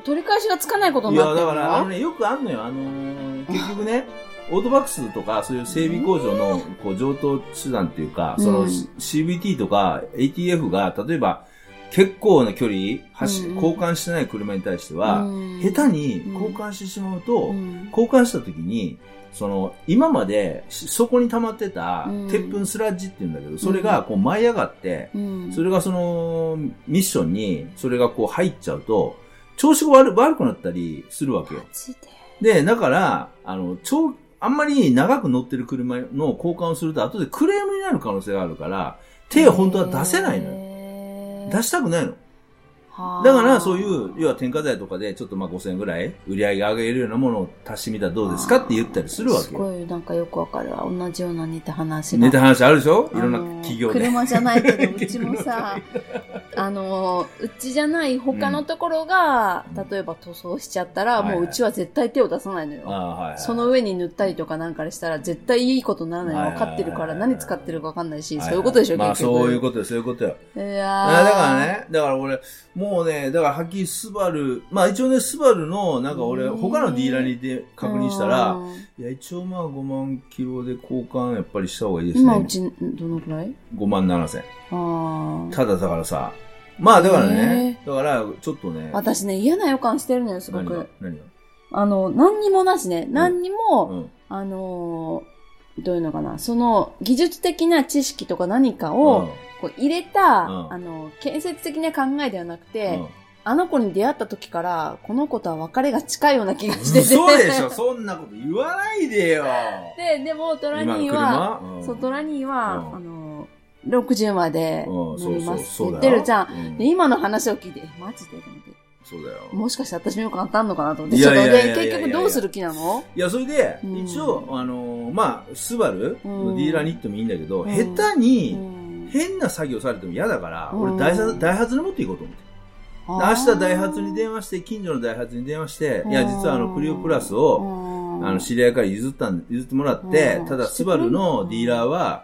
[SPEAKER 1] う、取り返しがつかないこと
[SPEAKER 2] い
[SPEAKER 1] にな
[SPEAKER 2] や、
[SPEAKER 1] って
[SPEAKER 2] だ
[SPEAKER 1] るの
[SPEAKER 2] から、あのね、よくあんのよ。あのー結 局ね、オートバックスとか、そういう整備工場の、こう、上等手段っていうか、その、
[SPEAKER 1] うん
[SPEAKER 2] CBT とか ATF が、例えば、結構な距離、走
[SPEAKER 1] うん
[SPEAKER 2] 交換してない車に対しては、
[SPEAKER 1] うん
[SPEAKER 2] 下手に交換してしまうと、
[SPEAKER 1] うん
[SPEAKER 2] 交換した時に、その、今まで、しそこに溜まってた
[SPEAKER 1] うん、
[SPEAKER 2] 鉄粉スラッジって言うんだけど、それが、こう、舞い上がって、
[SPEAKER 1] うん
[SPEAKER 2] それがその、ミッションに、それがこう入っちゃうと、調子が悪悪くなったりするわけよ
[SPEAKER 1] マ。ジで
[SPEAKER 2] で、だから、あの、超、あんまり長く乗ってる車の交換をすると、後でクレームになる可能性があるから、手を本当は出せないのよ。
[SPEAKER 1] よ
[SPEAKER 2] 出したくないの。だから、そういう、要は添加剤とかで、ちょっとまあ5000円ぐらい、売り上げ上げるようなものを足してみたらどうですかって言ったりするわ
[SPEAKER 1] す
[SPEAKER 2] けよ。
[SPEAKER 1] ごい、なんかよくわかるわ。同じような似た話が。
[SPEAKER 2] ネタ話あるでしょいろんな
[SPEAKER 1] あの
[SPEAKER 2] 企業で。
[SPEAKER 1] 車じゃないけど、うちも さ、あの、うちじゃない他のところが、
[SPEAKER 2] うん
[SPEAKER 1] 例えば塗装しちゃったら、
[SPEAKER 2] はい
[SPEAKER 1] もううちは絶対手を出さないのよ。
[SPEAKER 2] ああ、はいはい。
[SPEAKER 1] その上に塗ったりとかなんかしたら絶対いいことにならないの分かってるか
[SPEAKER 2] は
[SPEAKER 1] ら
[SPEAKER 2] いはいはい
[SPEAKER 1] 何使ってるか分かんないし、
[SPEAKER 2] はいはい、
[SPEAKER 1] そういうことでしょ、
[SPEAKER 2] まあ、
[SPEAKER 1] 結局。
[SPEAKER 2] そういうことよ、そういうことよ。
[SPEAKER 1] いや
[SPEAKER 2] あ
[SPEAKER 1] ー
[SPEAKER 2] だから。ね、だから俺、もうね、だからはっきりスバル、まあ一応ね、スバルの、なんか俺、
[SPEAKER 1] うん
[SPEAKER 2] 他のディーラーにで確認した
[SPEAKER 1] う
[SPEAKER 2] ら、
[SPEAKER 1] ん、
[SPEAKER 2] いや、一応まあ5万キロで交換やっぱりした方がいいです
[SPEAKER 1] 今う
[SPEAKER 2] ね。
[SPEAKER 1] ちどのくらい
[SPEAKER 2] 5万7千。
[SPEAKER 1] ああ。
[SPEAKER 2] ただだからさ、まあだからね、だからちょっとね、
[SPEAKER 1] 私ね、嫌な予感してるのよ、すご
[SPEAKER 2] 何が
[SPEAKER 1] く。、
[SPEAKER 2] 何が、
[SPEAKER 1] あの、何にもなしね。何にも、
[SPEAKER 2] うん、
[SPEAKER 1] あのーどういうのかな。その、技術的な知識とか何か
[SPEAKER 2] う
[SPEAKER 1] を、
[SPEAKER 2] ん
[SPEAKER 1] こう入れた、
[SPEAKER 2] うん
[SPEAKER 1] あの、建設的な考えではなくて、
[SPEAKER 2] うん
[SPEAKER 1] あの子に出会った時から、この子とは別れが近いような気がしてて。
[SPEAKER 2] 嘘でしょ、 そんなこと言わないでよ。
[SPEAKER 1] で、でも、トラ
[SPEAKER 2] 今の
[SPEAKER 1] ニーは、
[SPEAKER 2] 車、うん
[SPEAKER 1] そう、トラニーは、
[SPEAKER 2] うん
[SPEAKER 1] あの、60まで
[SPEAKER 2] うん、
[SPEAKER 1] 乗
[SPEAKER 2] そう
[SPEAKER 1] り
[SPEAKER 2] そ
[SPEAKER 1] ま
[SPEAKER 2] う、
[SPEAKER 1] す
[SPEAKER 2] そ
[SPEAKER 1] って言っ
[SPEAKER 2] うだ
[SPEAKER 1] て
[SPEAKER 2] よ。
[SPEAKER 1] るじゃん。
[SPEAKER 2] うん
[SPEAKER 1] で、今の話を聞いて、えマジでと思って。
[SPEAKER 2] そうだよ。
[SPEAKER 1] もしかして私の予感当たんのかなと思って。
[SPEAKER 2] い
[SPEAKER 1] ちょっ
[SPEAKER 2] やい
[SPEAKER 1] と
[SPEAKER 2] やいやい
[SPEAKER 1] で
[SPEAKER 2] や、
[SPEAKER 1] 結局どうする気なの
[SPEAKER 2] いや、それで、
[SPEAKER 1] うん
[SPEAKER 2] 一応、あのーまあ、スバル
[SPEAKER 1] う
[SPEAKER 2] の
[SPEAKER 1] ん
[SPEAKER 2] ディーラーに行ってもいいんだけど、
[SPEAKER 1] うん
[SPEAKER 2] 下手
[SPEAKER 1] う
[SPEAKER 2] に
[SPEAKER 1] ん
[SPEAKER 2] 変な作業されても嫌だから、
[SPEAKER 1] うん
[SPEAKER 2] 俺ダイハツ、ダイハツに持っていこうと思って。
[SPEAKER 1] あ明
[SPEAKER 2] 明日ダイハツに電話して、近所のダイハツに電話して、いや、実はあの、クリオプラスを、あの、知り合いから譲ったん、譲ってもらって
[SPEAKER 1] う、ん
[SPEAKER 2] ただ、スバルのディーラーは、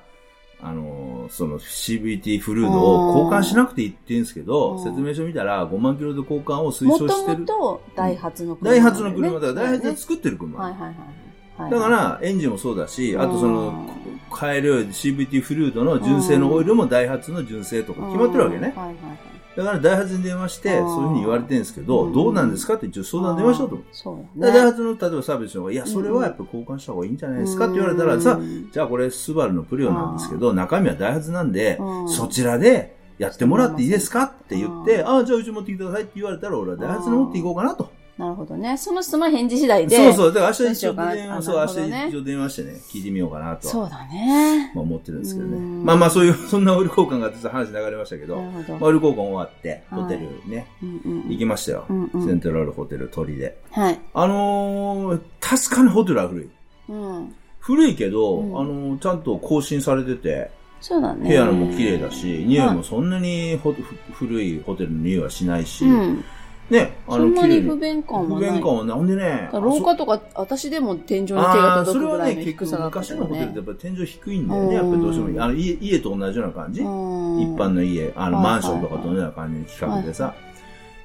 [SPEAKER 2] あの、その CVT フルードを交換しなくていいって言うんですけ
[SPEAKER 1] う
[SPEAKER 2] ど、
[SPEAKER 1] ん
[SPEAKER 2] 説明書見たら5万キロで交換を推
[SPEAKER 1] も
[SPEAKER 2] 奨
[SPEAKER 1] と
[SPEAKER 2] して
[SPEAKER 1] も
[SPEAKER 2] る。
[SPEAKER 1] とダイハツの車
[SPEAKER 2] ダイハツの車だ
[SPEAKER 1] だ
[SPEAKER 2] か
[SPEAKER 1] よね
[SPEAKER 2] ら、ダイハツで作ってる車。
[SPEAKER 1] はいはいはいはい。
[SPEAKER 2] だから、エンジンもそうだし、あとその
[SPEAKER 1] うん、
[SPEAKER 2] 買える CVT フルードの純正のオイルもダイハツの純正とか決まってるわけね
[SPEAKER 1] うん。はいはいはい。
[SPEAKER 2] だから、ダイハツに電話し
[SPEAKER 1] あ
[SPEAKER 2] て、
[SPEAKER 1] ー
[SPEAKER 2] そういうふうに言われてるんですけ
[SPEAKER 1] う
[SPEAKER 2] ど、
[SPEAKER 1] ん
[SPEAKER 2] どうなんですかって一応相談出ましょうと思う。
[SPEAKER 1] そう
[SPEAKER 2] だ
[SPEAKER 1] ね。
[SPEAKER 2] からダイハツの、例えばサービスの方が、いや、それはやっぱ交換した方がいいんじゃないですかって言われたら、さ
[SPEAKER 1] う
[SPEAKER 2] あ、
[SPEAKER 1] ん
[SPEAKER 2] じゃあこれ、スバルのプリオなんですけど、中身はダイハツなんで、
[SPEAKER 1] うん
[SPEAKER 2] そちらでやってもらっていいですかって言って、
[SPEAKER 1] う
[SPEAKER 2] ああ、じゃあうち持ってきてくださいって言われたら、俺はダイハツの持っていこうかなと。
[SPEAKER 1] なるほどね。その人の返事次第で。
[SPEAKER 2] そうそう、だから明
[SPEAKER 1] ど
[SPEAKER 2] 日
[SPEAKER 1] うし
[SPEAKER 2] 一
[SPEAKER 1] よ
[SPEAKER 2] 応
[SPEAKER 1] うかな
[SPEAKER 2] 電話、
[SPEAKER 1] あ
[SPEAKER 2] そう、
[SPEAKER 1] な
[SPEAKER 2] 明
[SPEAKER 1] るほどね
[SPEAKER 2] 日一応電話してね、聞いてみようかなと。
[SPEAKER 1] そうだね。
[SPEAKER 2] まあ思ってるんですけどね。
[SPEAKER 1] うん
[SPEAKER 2] まあまあそういう、そんなオイル交換があってさ、話流れましたけ
[SPEAKER 1] な
[SPEAKER 2] ど、
[SPEAKER 1] るほ
[SPEAKER 2] まあ
[SPEAKER 1] ど。
[SPEAKER 2] オイル交換終わって、
[SPEAKER 1] はい
[SPEAKER 2] ホテルね、
[SPEAKER 1] うんうんうん
[SPEAKER 2] 行きましたよ。
[SPEAKER 1] うんうん
[SPEAKER 2] セントラルホテル、鳥で。
[SPEAKER 1] はい。
[SPEAKER 2] あのー、確かにホテルは古い。
[SPEAKER 1] うん。
[SPEAKER 2] 古いけど、
[SPEAKER 1] うん
[SPEAKER 2] あのーちゃんと更新されてて、
[SPEAKER 1] そうだね。
[SPEAKER 2] 部屋のも綺麗だし、匂い
[SPEAKER 1] は
[SPEAKER 2] もそんなにほふ古いホテルの匂いはしないし、
[SPEAKER 1] うん。
[SPEAKER 2] ね、あ
[SPEAKER 1] そ
[SPEAKER 2] の、
[SPEAKER 1] んな
[SPEAKER 2] 綺
[SPEAKER 1] に
[SPEAKER 2] 麗
[SPEAKER 1] 不便感は
[SPEAKER 2] 不
[SPEAKER 1] ない。
[SPEAKER 2] 便感はなんでね
[SPEAKER 1] だ、から廊下とか、私でも天井に手
[SPEAKER 2] あ
[SPEAKER 1] が
[SPEAKER 2] あー、そ
[SPEAKER 1] 届
[SPEAKER 2] れ
[SPEAKER 1] くぐら
[SPEAKER 2] はね、
[SPEAKER 1] いの
[SPEAKER 2] 結
[SPEAKER 1] 低
[SPEAKER 2] 局
[SPEAKER 1] さだった
[SPEAKER 2] 昔
[SPEAKER 1] け
[SPEAKER 2] の
[SPEAKER 1] ど
[SPEAKER 2] ホテル
[SPEAKER 1] ね
[SPEAKER 2] ってやっ。ぱ天井低いんだよね。やっぱりどうしてもいい。あの、家家と同じような感じ
[SPEAKER 1] うん
[SPEAKER 2] 一般の家、あの、
[SPEAKER 1] はい
[SPEAKER 2] マ
[SPEAKER 1] はいはい
[SPEAKER 2] ンションとかと同じような感じの企画でさ。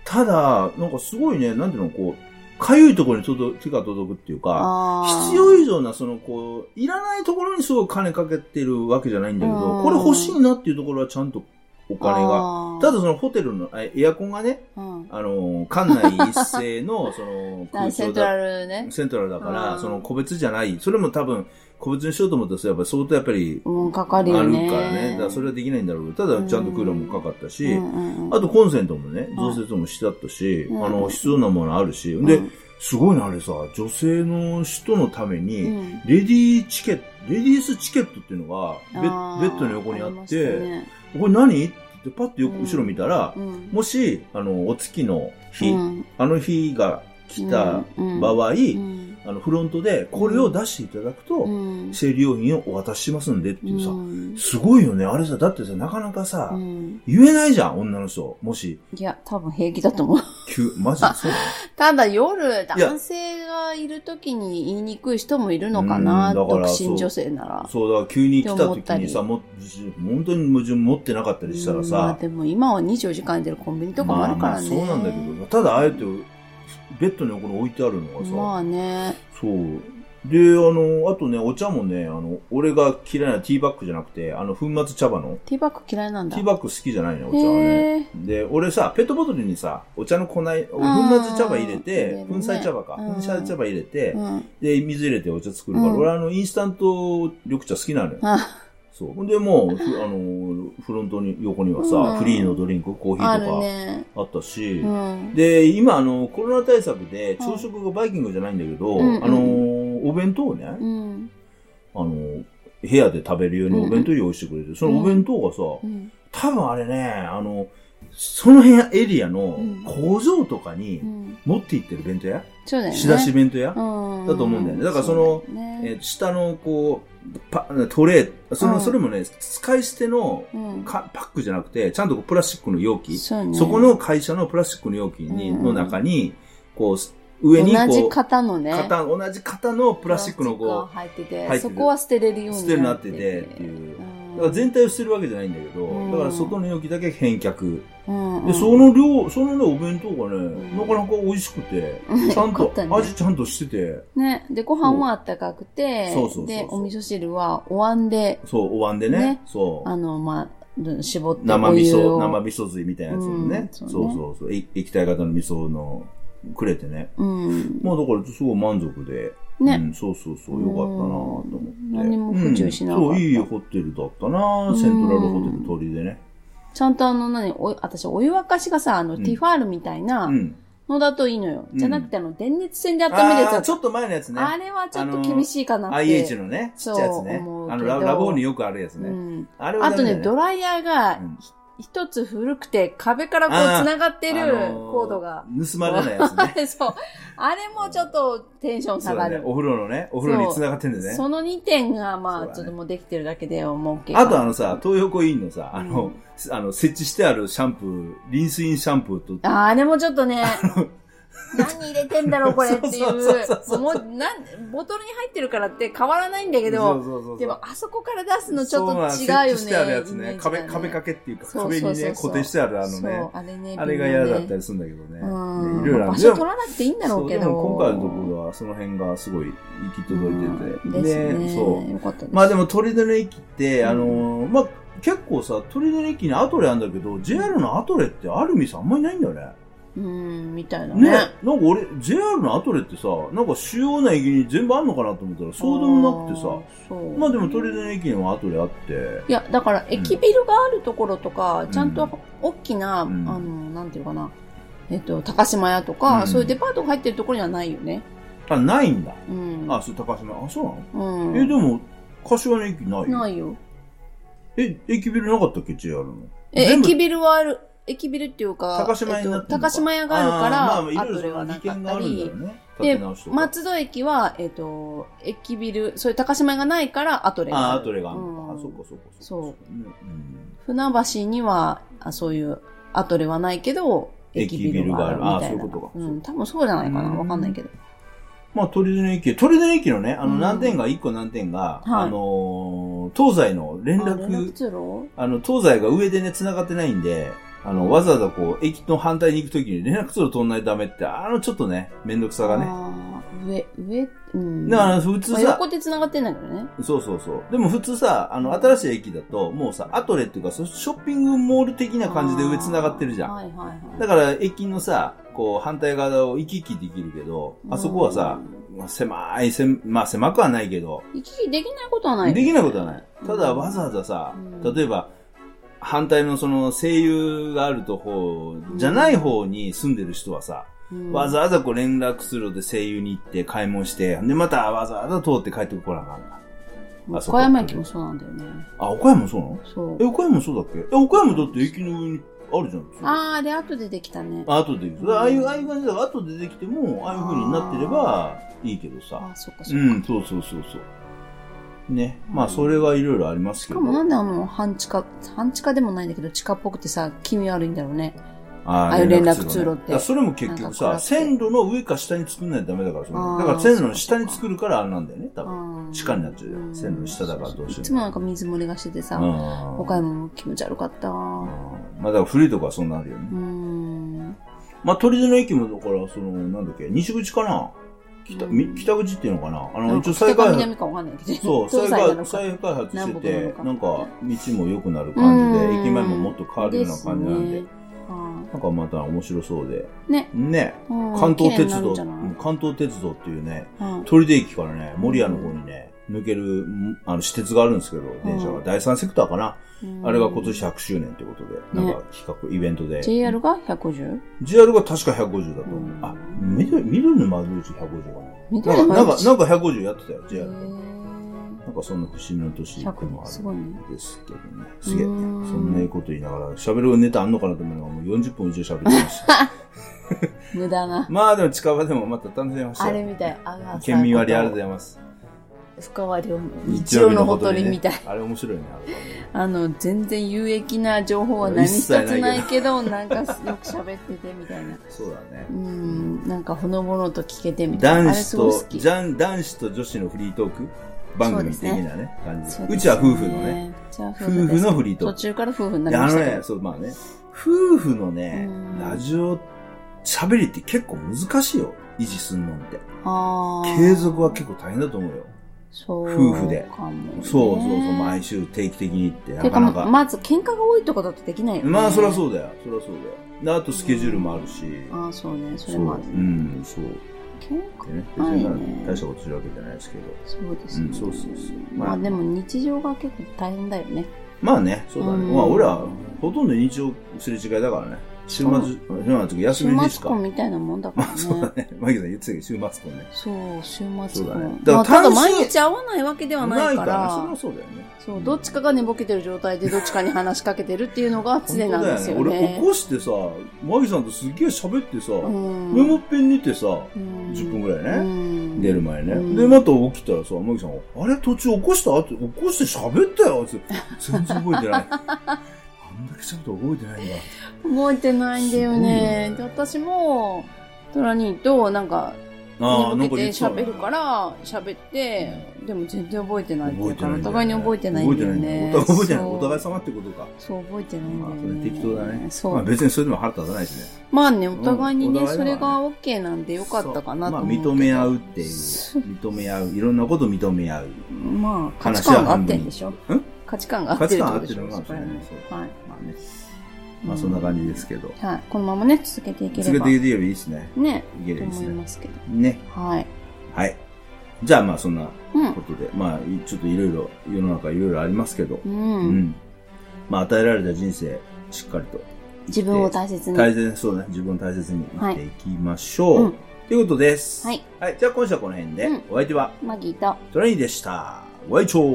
[SPEAKER 2] ただ、なんかすごいね、なんていうの、こう、かゆいところに届手が届くっていうか、
[SPEAKER 1] あー
[SPEAKER 2] 必要以上な、その、こう、いらないところにすごい金かけてるわけじゃないんだけ
[SPEAKER 1] う
[SPEAKER 2] ど、
[SPEAKER 1] ん
[SPEAKER 2] これ欲しいなっていうところはちゃんとお金が。
[SPEAKER 1] あー
[SPEAKER 2] ただそのホテルのえエアコンがね、
[SPEAKER 1] うん
[SPEAKER 2] あの、館内一斉 の、その、
[SPEAKER 1] あ
[SPEAKER 2] 空
[SPEAKER 1] セ
[SPEAKER 2] 調
[SPEAKER 1] ントラ
[SPEAKER 2] だ、
[SPEAKER 1] ルね。
[SPEAKER 2] セントラルだか
[SPEAKER 1] う
[SPEAKER 2] ら、
[SPEAKER 1] ん
[SPEAKER 2] その個別じゃない、それも多分、個別にしようと思ったら、やっぱ相当やっぱり
[SPEAKER 1] うん、かかるよね。
[SPEAKER 2] あるからね。だからそれはできないんだろうけど、ただちゃんとクーラーもかかったし、
[SPEAKER 1] うんうんうん
[SPEAKER 2] あとコンセントもね、
[SPEAKER 1] ん
[SPEAKER 2] 増設もしてあったし、
[SPEAKER 1] うん
[SPEAKER 2] あの、必要なものあるし、で、すごいな、あれさ、女性の人のため
[SPEAKER 1] う
[SPEAKER 2] に、
[SPEAKER 1] ん
[SPEAKER 2] レディーチケット、レディースチケットっていうのがベ
[SPEAKER 1] あー
[SPEAKER 2] ッ、ベッドの横にあ
[SPEAKER 1] りま
[SPEAKER 2] っ、
[SPEAKER 1] してたね
[SPEAKER 2] これ何って言ってパッとよ
[SPEAKER 1] うん
[SPEAKER 2] 後ろ見たら
[SPEAKER 1] う、ん
[SPEAKER 2] もし、あの、お月の日、
[SPEAKER 1] うん
[SPEAKER 2] あの日が来た
[SPEAKER 1] うん
[SPEAKER 2] 場合、
[SPEAKER 1] うん
[SPEAKER 2] あの、フロントでこれを出していただくと、
[SPEAKER 1] うん
[SPEAKER 2] 生理用品をお渡ししますんでっていうさ、
[SPEAKER 1] うん
[SPEAKER 2] すごいよね。あれさ、だってさ、なかなかさ、
[SPEAKER 1] うん
[SPEAKER 2] 言えないじゃん、女の人。もし、
[SPEAKER 1] いや、多分平気だと思う。
[SPEAKER 2] 急、マジでそう
[SPEAKER 1] ただ夜、
[SPEAKER 2] いや
[SPEAKER 1] 男性がいる時に言いにくい人もいるのかな、
[SPEAKER 2] うんだか
[SPEAKER 1] 独
[SPEAKER 2] ら
[SPEAKER 1] 身女性なら。
[SPEAKER 2] そうだから、急に来た
[SPEAKER 1] って思っ
[SPEAKER 2] 時
[SPEAKER 1] たり
[SPEAKER 2] にさ、も、本当に矛盾持ってなかったりした
[SPEAKER 1] う
[SPEAKER 2] ら
[SPEAKER 1] んまあ
[SPEAKER 2] さ、
[SPEAKER 1] でも今は24時間に出るコンビニとかもあるからね。
[SPEAKER 2] そうなんだけど、ただ、あえて、ベッドの横に置いてあるのがさ、
[SPEAKER 1] まあね。
[SPEAKER 2] そう。で、あの、あとね、お茶もね、あの、俺が嫌いなティーバッグじゃなくて、あの、粉末茶葉の、
[SPEAKER 1] ティーバッグ嫌いなんだ。
[SPEAKER 2] ティーバッグ好きじゃないね、お茶はね。
[SPEAKER 1] へー
[SPEAKER 2] で、俺さ、ペットボトルにさ、お茶の粉い、俺粉末茶葉入れて、
[SPEAKER 1] うん
[SPEAKER 2] 粉砕茶葉か、
[SPEAKER 1] うん
[SPEAKER 2] 粉砕茶葉入れて、
[SPEAKER 1] うん。
[SPEAKER 2] で、水入れてお茶作るから、
[SPEAKER 1] うん
[SPEAKER 2] 俺あの、インスタント緑茶好きなのよ。
[SPEAKER 1] あ、
[SPEAKER 2] そう。ほんで、もう、ふあの、フロントに、横にはさ、
[SPEAKER 1] うん
[SPEAKER 2] フリーのドリンク、コーヒ
[SPEAKER 1] あ
[SPEAKER 2] ー
[SPEAKER 1] る
[SPEAKER 2] とか
[SPEAKER 1] ね。
[SPEAKER 2] あったし、
[SPEAKER 1] うん。
[SPEAKER 2] で、今、あの、コロナ対策で、朝食がバイキングじゃないんだけど、
[SPEAKER 1] うん
[SPEAKER 2] あの、お弁当をね、
[SPEAKER 1] うん。
[SPEAKER 2] あの、部屋で食べるようにお弁当用意してくれて、そのお弁当がさ、
[SPEAKER 1] うん。
[SPEAKER 2] 多分あれね、あの、その辺エリアの
[SPEAKER 1] うん
[SPEAKER 2] 工場とか
[SPEAKER 1] う
[SPEAKER 2] に
[SPEAKER 1] ん。
[SPEAKER 2] 持って行ってる弁当屋、
[SPEAKER 1] そうだよね。
[SPEAKER 2] 仕出し弁当屋、
[SPEAKER 1] うん。
[SPEAKER 2] だと思うんだよねだからその
[SPEAKER 1] そうだよね
[SPEAKER 2] えー下のこうパトレーその、
[SPEAKER 1] うん
[SPEAKER 2] それもね使い捨ての
[SPEAKER 1] うん。
[SPEAKER 2] かパックじゃなくてちゃんとこうプラスチックの容器そ,、
[SPEAKER 1] そうね
[SPEAKER 2] この会社のプラスチックの容器に、
[SPEAKER 1] うん
[SPEAKER 2] の中にこう上にこう
[SPEAKER 1] 同じ型のね。
[SPEAKER 2] 型同じ型のプ
[SPEAKER 1] プ
[SPEAKER 2] ラスチックのこ
[SPEAKER 1] ラスチックが入ってて
[SPEAKER 2] 入ってて
[SPEAKER 1] そこは捨てれる
[SPEAKER 2] う
[SPEAKER 1] よう
[SPEAKER 2] 捨
[SPEAKER 1] に
[SPEAKER 2] てる
[SPEAKER 1] な
[SPEAKER 2] な
[SPEAKER 1] っ
[SPEAKER 2] ってて
[SPEAKER 1] て。
[SPEAKER 2] てっていう
[SPEAKER 1] うん
[SPEAKER 2] だから全体を捨てるわけじゃないんだけど、
[SPEAKER 1] うん
[SPEAKER 2] だから外の容器だけ返却
[SPEAKER 1] うん、
[SPEAKER 2] で、その量、そのね、お弁当がね、
[SPEAKER 1] ん
[SPEAKER 2] なかなか美味しくて
[SPEAKER 1] うん、
[SPEAKER 2] ちゃん
[SPEAKER 1] よ
[SPEAKER 2] と
[SPEAKER 1] かった、ね
[SPEAKER 2] 味ちゃんとしてて、
[SPEAKER 1] ね。で、ご飯もあったかくて、
[SPEAKER 2] そうそうそうそう
[SPEAKER 1] で、お味噌汁はお椀で、
[SPEAKER 2] そう、お椀でね
[SPEAKER 1] ね、
[SPEAKER 2] そ
[SPEAKER 1] あ
[SPEAKER 2] う、
[SPEAKER 1] の、まあ、絞って
[SPEAKER 2] 生
[SPEAKER 1] お
[SPEAKER 2] 味
[SPEAKER 1] 湯
[SPEAKER 2] 噌、
[SPEAKER 1] を。
[SPEAKER 2] 生味噌水みたいなやつを
[SPEAKER 1] うん
[SPEAKER 2] ね、
[SPEAKER 1] そ
[SPEAKER 2] そうう
[SPEAKER 1] ね
[SPEAKER 2] そうそう、え液体型の味噌の、くれてね。
[SPEAKER 1] うん。
[SPEAKER 2] まあだから、すごい満足で、う
[SPEAKER 1] ね。
[SPEAKER 2] ん、そうそうそう、よかったなと思って
[SPEAKER 1] うん。何も不自由しなかった
[SPEAKER 2] うんそう、いいホテルだったなセントラルホテル鳥でね。
[SPEAKER 1] ちゃんとあの、何、お私、お湯沸かしがさ、あの、
[SPEAKER 2] うん
[SPEAKER 1] ティファールみたいな
[SPEAKER 2] うん。
[SPEAKER 1] のだといいのよ。
[SPEAKER 2] うん
[SPEAKER 1] じゃなくて、あの、電熱線で温
[SPEAKER 2] あ
[SPEAKER 1] めるやつ
[SPEAKER 2] ー
[SPEAKER 1] は
[SPEAKER 2] ちょっと前のやつね。
[SPEAKER 1] あれはちょっと厳しいかなって。
[SPEAKER 2] IH のね、ちっちゃいやつね
[SPEAKER 1] そう思う。け
[SPEAKER 2] あ
[SPEAKER 1] ど
[SPEAKER 2] の、ララボーによくあるやつ
[SPEAKER 1] う
[SPEAKER 2] ね。
[SPEAKER 1] ん。
[SPEAKER 2] あれは
[SPEAKER 1] あ
[SPEAKER 2] ダ
[SPEAKER 1] と
[SPEAKER 2] メだ
[SPEAKER 1] ね、
[SPEAKER 2] よね
[SPEAKER 1] ドライヤーが
[SPEAKER 2] うん
[SPEAKER 1] 一つ古くて壁からこう繋がってる
[SPEAKER 2] あのー
[SPEAKER 1] コードが。
[SPEAKER 2] 盗まれないやつね。
[SPEAKER 1] そう。あれもちょっとテンション
[SPEAKER 2] そ
[SPEAKER 1] 下
[SPEAKER 2] う
[SPEAKER 1] が
[SPEAKER 2] だね
[SPEAKER 1] る。。
[SPEAKER 2] お風呂のね、お風呂に繋がってんだよね。
[SPEAKER 1] その2点が、ま
[SPEAKER 2] そ
[SPEAKER 1] あ、
[SPEAKER 2] うだね
[SPEAKER 1] ちょっともうできてるだけで、もう OK か
[SPEAKER 2] あとあのさ、東横インのさ、あ
[SPEAKER 1] う
[SPEAKER 2] の
[SPEAKER 1] ん、
[SPEAKER 2] すあの、設置してあるシャンプー、リンスインシャンプーと、
[SPEAKER 1] ああれもちょっとね、何入れてんだろう、これってい。
[SPEAKER 2] そうそうそうそうう
[SPEAKER 1] もう、なん、ボトルに入ってるからって変わらないんだけ
[SPEAKER 2] そ
[SPEAKER 1] ど、
[SPEAKER 2] うそうそうそう
[SPEAKER 1] でも、あそこから出すのちょっと違う
[SPEAKER 2] そうなの
[SPEAKER 1] よ
[SPEAKER 2] 設置
[SPEAKER 1] ね。
[SPEAKER 2] してあるやつ
[SPEAKER 1] イメー
[SPEAKER 2] ね
[SPEAKER 1] ジ。が
[SPEAKER 2] 壁、壁掛けっていうか、
[SPEAKER 1] そうそう
[SPEAKER 2] 壁
[SPEAKER 1] そう
[SPEAKER 2] にね、
[SPEAKER 1] そう
[SPEAKER 2] 固定してあるあの
[SPEAKER 1] そう
[SPEAKER 2] ね、
[SPEAKER 1] あれね、
[SPEAKER 2] あれが嫌だった
[SPEAKER 1] り
[SPEAKER 2] りするんだけどね。
[SPEAKER 1] うん。
[SPEAKER 2] ねいろいろある
[SPEAKER 1] 場所取らなくていいんだろ
[SPEAKER 2] そうう、
[SPEAKER 1] け
[SPEAKER 2] で
[SPEAKER 1] ど。
[SPEAKER 2] も今回のところは、その辺がすごい行き届いて
[SPEAKER 1] う
[SPEAKER 2] て。
[SPEAKER 1] んですね。
[SPEAKER 2] そう。
[SPEAKER 1] よかったです。
[SPEAKER 2] まあでも、鳥取の駅って、
[SPEAKER 1] うん
[SPEAKER 2] あのー、まあ、結構さ、鳥取の駅にアトレあるんだけど、JR のアトレってある店あんまりないんだよね。
[SPEAKER 1] うん、みたいな
[SPEAKER 2] ね、
[SPEAKER 1] ね。
[SPEAKER 2] なんか俺、JR のアトレってさ、なんか主要な駅に全部あんのかなと思ったら、そうでもなくてさ、
[SPEAKER 1] あー。そう。
[SPEAKER 2] まあでも鳥取の駅にもアトレあって、
[SPEAKER 1] いや、だから、駅ビルがあるところとか、
[SPEAKER 2] ん
[SPEAKER 1] ちゃんと大きな、
[SPEAKER 2] うん
[SPEAKER 1] あの、なんていうかな、えっと、高島屋とか、
[SPEAKER 2] うん
[SPEAKER 1] そういうデパートが入ってるところにはないよね。
[SPEAKER 2] あ、ないんだ。
[SPEAKER 1] うん。
[SPEAKER 2] あ、そう、高島。あ、そうなの、
[SPEAKER 1] うん。
[SPEAKER 2] え、でも、柏の駅ない
[SPEAKER 1] ないよ。
[SPEAKER 2] え、駅ビルなかったっけ ?JR の。
[SPEAKER 1] え、
[SPEAKER 2] 全部
[SPEAKER 1] 駅ビルはある、駅ビルっていうか、
[SPEAKER 2] 高島屋になってんの
[SPEAKER 1] えっと高
[SPEAKER 2] か
[SPEAKER 1] 島屋があるから、
[SPEAKER 2] あーまあ、いろいろその利
[SPEAKER 1] っ
[SPEAKER 2] 権が
[SPEAKER 1] た
[SPEAKER 2] あるんだよ
[SPEAKER 1] り、
[SPEAKER 2] ね。
[SPEAKER 1] で
[SPEAKER 2] 建て直しとか。
[SPEAKER 1] 松戸駅は、えっと、駅ビル、そういう高島屋がないから、アトレが
[SPEAKER 2] あ
[SPEAKER 1] あ
[SPEAKER 2] ー、
[SPEAKER 1] る。
[SPEAKER 2] アトレがあるのか。
[SPEAKER 1] うん
[SPEAKER 2] あ、そうか、そうか。
[SPEAKER 1] そう
[SPEAKER 2] かねうん
[SPEAKER 1] 船橋にはあそういうアトレはないけど
[SPEAKER 2] 駅
[SPEAKER 1] 駅
[SPEAKER 2] ビ
[SPEAKER 1] ビ
[SPEAKER 2] ル
[SPEAKER 1] ル
[SPEAKER 2] が
[SPEAKER 1] が
[SPEAKER 2] あ
[SPEAKER 1] あ
[SPEAKER 2] る
[SPEAKER 1] るみたいな
[SPEAKER 2] あそういうことか
[SPEAKER 1] ん、多分そうじゃないかな
[SPEAKER 2] うん
[SPEAKER 1] わかんないけど
[SPEAKER 2] まあ、鳥取の駅、鳥取の駅のね、あの、
[SPEAKER 1] うん
[SPEAKER 2] 難点が、一個難点が、
[SPEAKER 1] はい
[SPEAKER 2] あのー東西の連
[SPEAKER 1] あ連絡
[SPEAKER 2] 絡、
[SPEAKER 1] 通路
[SPEAKER 2] あの、東西が上でね、繋がってないんで、あの、わざわざこう、駅の反対に行くときに連絡通路通んないとダメって、あの、ちょっとね、めんどくさがね。
[SPEAKER 1] あー上上うん
[SPEAKER 2] だから、普通
[SPEAKER 1] まあ
[SPEAKER 2] さ
[SPEAKER 1] 横、で繋がってんだけどね
[SPEAKER 2] そうそうそう。でも普通さ、あの、新しい駅だと、もうさ、アトレっていうか、そショッピングモール的な感じで上繋がってるじゃん。
[SPEAKER 1] はいはいはい
[SPEAKER 2] だから、駅のさ、こう、反対側を行き来できるけど、あそこはさ、まあ狭い、せんまあ狭くはないけど、
[SPEAKER 1] 行き来できないことはない
[SPEAKER 2] できないことはない。ただ
[SPEAKER 1] うん
[SPEAKER 2] わざわざさ、
[SPEAKER 1] うん
[SPEAKER 2] 例えば、反対のその声優があると方じゃない方に住んでる人はさ、
[SPEAKER 1] うん
[SPEAKER 2] わざわざこう連絡するので声優に行って買い物して、でまたわざわざ通って帰ってこなあかんな。あそこ
[SPEAKER 1] 岡山駅もそうなんだよね
[SPEAKER 2] あ、岡山そうなの
[SPEAKER 1] そう
[SPEAKER 2] え、岡山そうだっけえ、岡山だって駅の上にあるじゃん。
[SPEAKER 1] ああで後でできたね
[SPEAKER 2] あ後で言う。ああいう、ああいう感じだから後でできても、ああいう風になってればいいけどさ。
[SPEAKER 1] あそっかそっか、
[SPEAKER 2] うん、そうそうそうそう。ね。まあ、それはいろいろあります
[SPEAKER 1] し
[SPEAKER 2] け
[SPEAKER 1] か
[SPEAKER 2] ど。
[SPEAKER 1] もなんであの半地下半地下でもないんだけど地下っぽくてさ気味悪いんだろうね
[SPEAKER 2] あ
[SPEAKER 1] ああいう連絡通路って
[SPEAKER 2] だからそれも結局
[SPEAKER 1] なん
[SPEAKER 2] さ、
[SPEAKER 1] か暗くて
[SPEAKER 2] 線路の上か下に作んないとダメだから、それ
[SPEAKER 1] あー
[SPEAKER 2] だから線路の下に作るからあれなんだよね、多分。地
[SPEAKER 1] 地
[SPEAKER 2] 下になっちゃうよ線路の下だからどうしようもない
[SPEAKER 1] いつもなんか水漏れがしててさ、
[SPEAKER 2] うん
[SPEAKER 1] 岡山も気持ち悪かった
[SPEAKER 2] うん
[SPEAKER 1] わ
[SPEAKER 2] まあ、だから古いとこはそんなあるよね。
[SPEAKER 1] うん
[SPEAKER 2] まあ、鳥取の駅もだから、その、なんだっけ、西口かな北、
[SPEAKER 1] うん
[SPEAKER 2] み北口っていうのかなあ
[SPEAKER 1] な
[SPEAKER 2] の、
[SPEAKER 1] ん
[SPEAKER 2] 一
[SPEAKER 1] か
[SPEAKER 2] 応再
[SPEAKER 1] 北か
[SPEAKER 2] 開
[SPEAKER 1] 南
[SPEAKER 2] 発。
[SPEAKER 1] かわかんないけど
[SPEAKER 2] そう、再
[SPEAKER 1] 東西なの
[SPEAKER 2] 開
[SPEAKER 1] か
[SPEAKER 2] 再開発して
[SPEAKER 1] 南
[SPEAKER 2] て、
[SPEAKER 1] 北な
[SPEAKER 2] な
[SPEAKER 1] の
[SPEAKER 2] んか
[SPEAKER 1] か、
[SPEAKER 2] 道も良くなる感
[SPEAKER 1] う
[SPEAKER 2] じで、
[SPEAKER 1] ん
[SPEAKER 2] 駅前ももっと変わるような感じなん
[SPEAKER 1] で
[SPEAKER 2] で、
[SPEAKER 1] すねは
[SPEAKER 2] なんかまた面白そうで。
[SPEAKER 1] ね。
[SPEAKER 2] ね。
[SPEAKER 1] いうん
[SPEAKER 2] 関東
[SPEAKER 1] 綺麗にな
[SPEAKER 2] 鉄
[SPEAKER 1] る
[SPEAKER 2] 道、
[SPEAKER 1] んじゃ
[SPEAKER 2] う
[SPEAKER 1] ない
[SPEAKER 2] ん関東鉄道っていうね、
[SPEAKER 1] うん
[SPEAKER 2] 鳥取駅からね、守谷の方にね、抜ける、んあの、私鉄があるんですけど、電車
[SPEAKER 1] う
[SPEAKER 2] が。
[SPEAKER 1] ん
[SPEAKER 2] 第三セクターかな、
[SPEAKER 1] うん
[SPEAKER 2] あれが今年100周年ってことで、なんか企画、イベントで。
[SPEAKER 1] JR が 150?
[SPEAKER 2] JR が確か150だと思う。
[SPEAKER 1] うん
[SPEAKER 2] あ、緑、緑の窓口150か
[SPEAKER 1] み
[SPEAKER 2] な。
[SPEAKER 1] た
[SPEAKER 2] ないんか、
[SPEAKER 1] な
[SPEAKER 2] なんか、なんか150やってたよ、
[SPEAKER 1] へ
[SPEAKER 2] JR が。
[SPEAKER 1] ー
[SPEAKER 2] なんかその節目の年でもあ
[SPEAKER 1] 100すごい
[SPEAKER 2] る
[SPEAKER 1] ね
[SPEAKER 2] んですけどね。すげえ。そ
[SPEAKER 1] うん
[SPEAKER 2] んなこと言いながら、喋るネタあんのかなと思いながら、もう40分以上喋ってま した。
[SPEAKER 1] 無駄な
[SPEAKER 2] まあでも近場でもまた楽しみました
[SPEAKER 1] あ
[SPEAKER 2] よ。
[SPEAKER 1] れみたいあが
[SPEAKER 2] 県民割ありがとうご
[SPEAKER 1] で
[SPEAKER 2] ざいます。
[SPEAKER 1] 深割りを日曜のほとりみたい
[SPEAKER 2] ね。あれ面白いね。あれ
[SPEAKER 1] あの、全然有益な情報は 何一つないけど、なんかよく喋っててみたいな。
[SPEAKER 2] そうだね
[SPEAKER 1] う。ん、なんかほのぼのと聞けてみたいな。
[SPEAKER 2] 男
[SPEAKER 1] あれ
[SPEAKER 2] 子
[SPEAKER 1] すごい
[SPEAKER 2] と
[SPEAKER 1] 好、き
[SPEAKER 2] じゃん、男子と女子のフリートーク番組的なね、感じ
[SPEAKER 1] そですね
[SPEAKER 2] で。うちは夫婦のね、。
[SPEAKER 1] うちは夫
[SPEAKER 2] 夫
[SPEAKER 1] 婦で
[SPEAKER 2] 婦
[SPEAKER 1] す
[SPEAKER 2] のフリートー
[SPEAKER 1] 途
[SPEAKER 2] ク。
[SPEAKER 1] 中から夫婦に
[SPEAKER 2] い
[SPEAKER 1] なり
[SPEAKER 2] や
[SPEAKER 1] ま
[SPEAKER 2] あ
[SPEAKER 1] し
[SPEAKER 2] の
[SPEAKER 1] たけ
[SPEAKER 2] ね、そう、まあね、夫婦のね
[SPEAKER 1] うん、
[SPEAKER 2] ラジオ喋りって結構難しいよ。維持すんのって。
[SPEAKER 1] ど。あー
[SPEAKER 2] 継続は結構大変だと思うよ。
[SPEAKER 1] そう
[SPEAKER 2] 夫婦で
[SPEAKER 1] かもね
[SPEAKER 2] そうそうそう、毎週定期的にって、
[SPEAKER 1] て
[SPEAKER 2] な
[SPEAKER 1] か、
[SPEAKER 2] かなか。
[SPEAKER 1] まず喧嘩が多いとこだとできないよね。
[SPEAKER 2] まあ、そりゃ
[SPEAKER 1] う。
[SPEAKER 2] そうだよ。そりゃそうだよ。であとスケジュールもあるし。
[SPEAKER 1] ああ、そうね。それ
[SPEAKER 2] そう、
[SPEAKER 1] もあ
[SPEAKER 2] う
[SPEAKER 1] る。
[SPEAKER 2] ん、そう。
[SPEAKER 1] 喧嘩
[SPEAKER 2] でね、別
[SPEAKER 1] はいね
[SPEAKER 2] に大したことするわけじゃないですけど。
[SPEAKER 1] そうですね
[SPEAKER 2] うんそうそうそうまあ
[SPEAKER 1] まあでも日常が結構大変だよね。
[SPEAKER 2] まあね、そうだね。
[SPEAKER 1] うん
[SPEAKER 2] まあ俺はほとんど日常すれ違いだからね。週末、週末とか休
[SPEAKER 1] 週
[SPEAKER 2] みの日し
[SPEAKER 1] 末
[SPEAKER 2] か。
[SPEAKER 1] 婚みたいなもんだからね。
[SPEAKER 2] そうだね。 マギさん言ってたけど、週末婚ね。
[SPEAKER 1] そう、週
[SPEAKER 2] そ
[SPEAKER 1] 末
[SPEAKER 2] うだね
[SPEAKER 1] 婚。
[SPEAKER 2] だ
[SPEAKER 1] ま
[SPEAKER 2] から
[SPEAKER 1] あ、ただ
[SPEAKER 2] 単身
[SPEAKER 1] 毎日会わないわけではないから、
[SPEAKER 2] それはそうだよね。
[SPEAKER 1] そう、どっちかが寝ぼけてる状態でどっちかに話しかけてるっていうのが常なんですよ
[SPEAKER 2] 本当だよ俺
[SPEAKER 1] ね
[SPEAKER 2] 起。こしてさ、マギさんとすげえ喋ってさ、
[SPEAKER 1] う
[SPEAKER 2] 上
[SPEAKER 1] ん
[SPEAKER 2] もっぺん寝てさ、
[SPEAKER 1] うん
[SPEAKER 2] 10分ぐらいね。
[SPEAKER 1] うん
[SPEAKER 2] 出る前ね。
[SPEAKER 1] うん
[SPEAKER 2] で、また起きたらさ、マギさんが、あれ途中起こしたって起こして喋ったよって。全然覚えて ない。あんだけ喋って覚えてないんだ。
[SPEAKER 1] 覚えてないんだよね。
[SPEAKER 2] すごいね
[SPEAKER 1] で私も、トラ兄となんか、
[SPEAKER 2] ああ、
[SPEAKER 1] 寝
[SPEAKER 2] なん
[SPEAKER 1] ぼ
[SPEAKER 2] か
[SPEAKER 1] けて
[SPEAKER 2] 言ってたね
[SPEAKER 1] 喋るから、喋って、でも全然覚えてないって
[SPEAKER 2] 覚
[SPEAKER 1] い
[SPEAKER 2] え
[SPEAKER 1] う
[SPEAKER 2] て
[SPEAKER 1] か
[SPEAKER 2] な
[SPEAKER 1] ら、
[SPEAKER 2] い
[SPEAKER 1] お
[SPEAKER 2] んだよね。
[SPEAKER 1] 互いに覚えてないんだよね。
[SPEAKER 2] 覚えてない。覚えてない。
[SPEAKER 1] そう
[SPEAKER 2] お互い様ってことか。
[SPEAKER 1] そう、覚えてないんだよ
[SPEAKER 2] まあ、
[SPEAKER 1] ね。
[SPEAKER 2] それ適当だね。
[SPEAKER 1] そう。
[SPEAKER 2] まあ、別にそれでも腹立たないしね。
[SPEAKER 1] まあね、お互いにね、
[SPEAKER 2] うんお互
[SPEAKER 1] そ
[SPEAKER 2] いだ
[SPEAKER 1] れ
[SPEAKER 2] から
[SPEAKER 1] が OK なんでよかったかなと
[SPEAKER 2] まあ、
[SPEAKER 1] 思うけど。
[SPEAKER 2] 認め合うっていう。
[SPEAKER 1] そう
[SPEAKER 2] 認め合う。いろんなこと認め合う。
[SPEAKER 1] まあ、価値観が合ってんでしょ
[SPEAKER 2] 話は半分ん
[SPEAKER 1] 価値観が合ってるってことでしょ
[SPEAKER 2] 価値観合ってるのかもしれない
[SPEAKER 1] そこら辺はい。
[SPEAKER 2] まあね。まあ、そんな感じですけど。
[SPEAKER 1] はい。このままね、続けていけ
[SPEAKER 2] 続
[SPEAKER 1] れ
[SPEAKER 2] け
[SPEAKER 1] ば。
[SPEAKER 2] ていければいいですね。
[SPEAKER 1] ね、
[SPEAKER 2] いけれ
[SPEAKER 1] と
[SPEAKER 2] ばいいです
[SPEAKER 1] 思い
[SPEAKER 2] ね。
[SPEAKER 1] ますけど。
[SPEAKER 2] ね。
[SPEAKER 1] はい。
[SPEAKER 2] はい。じゃあ、まあ、そんな
[SPEAKER 1] う
[SPEAKER 2] ことで。まあ、いちょっといろいろ、世の中いろいろありますけど。
[SPEAKER 1] ん。
[SPEAKER 2] う
[SPEAKER 1] うん。
[SPEAKER 2] ん。まあ、与えられた人生、しっかりと。
[SPEAKER 1] 自分を大切に。
[SPEAKER 2] 大切に、そうね。自分を大切に生きていきましょう。
[SPEAKER 1] はいうん
[SPEAKER 2] ということです。
[SPEAKER 1] はい。
[SPEAKER 2] じゃあ、今週はこの辺で。
[SPEAKER 1] うん
[SPEAKER 2] お相手は、
[SPEAKER 1] マギーと
[SPEAKER 2] トラニーでした。ご愛聴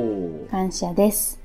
[SPEAKER 1] 感謝です。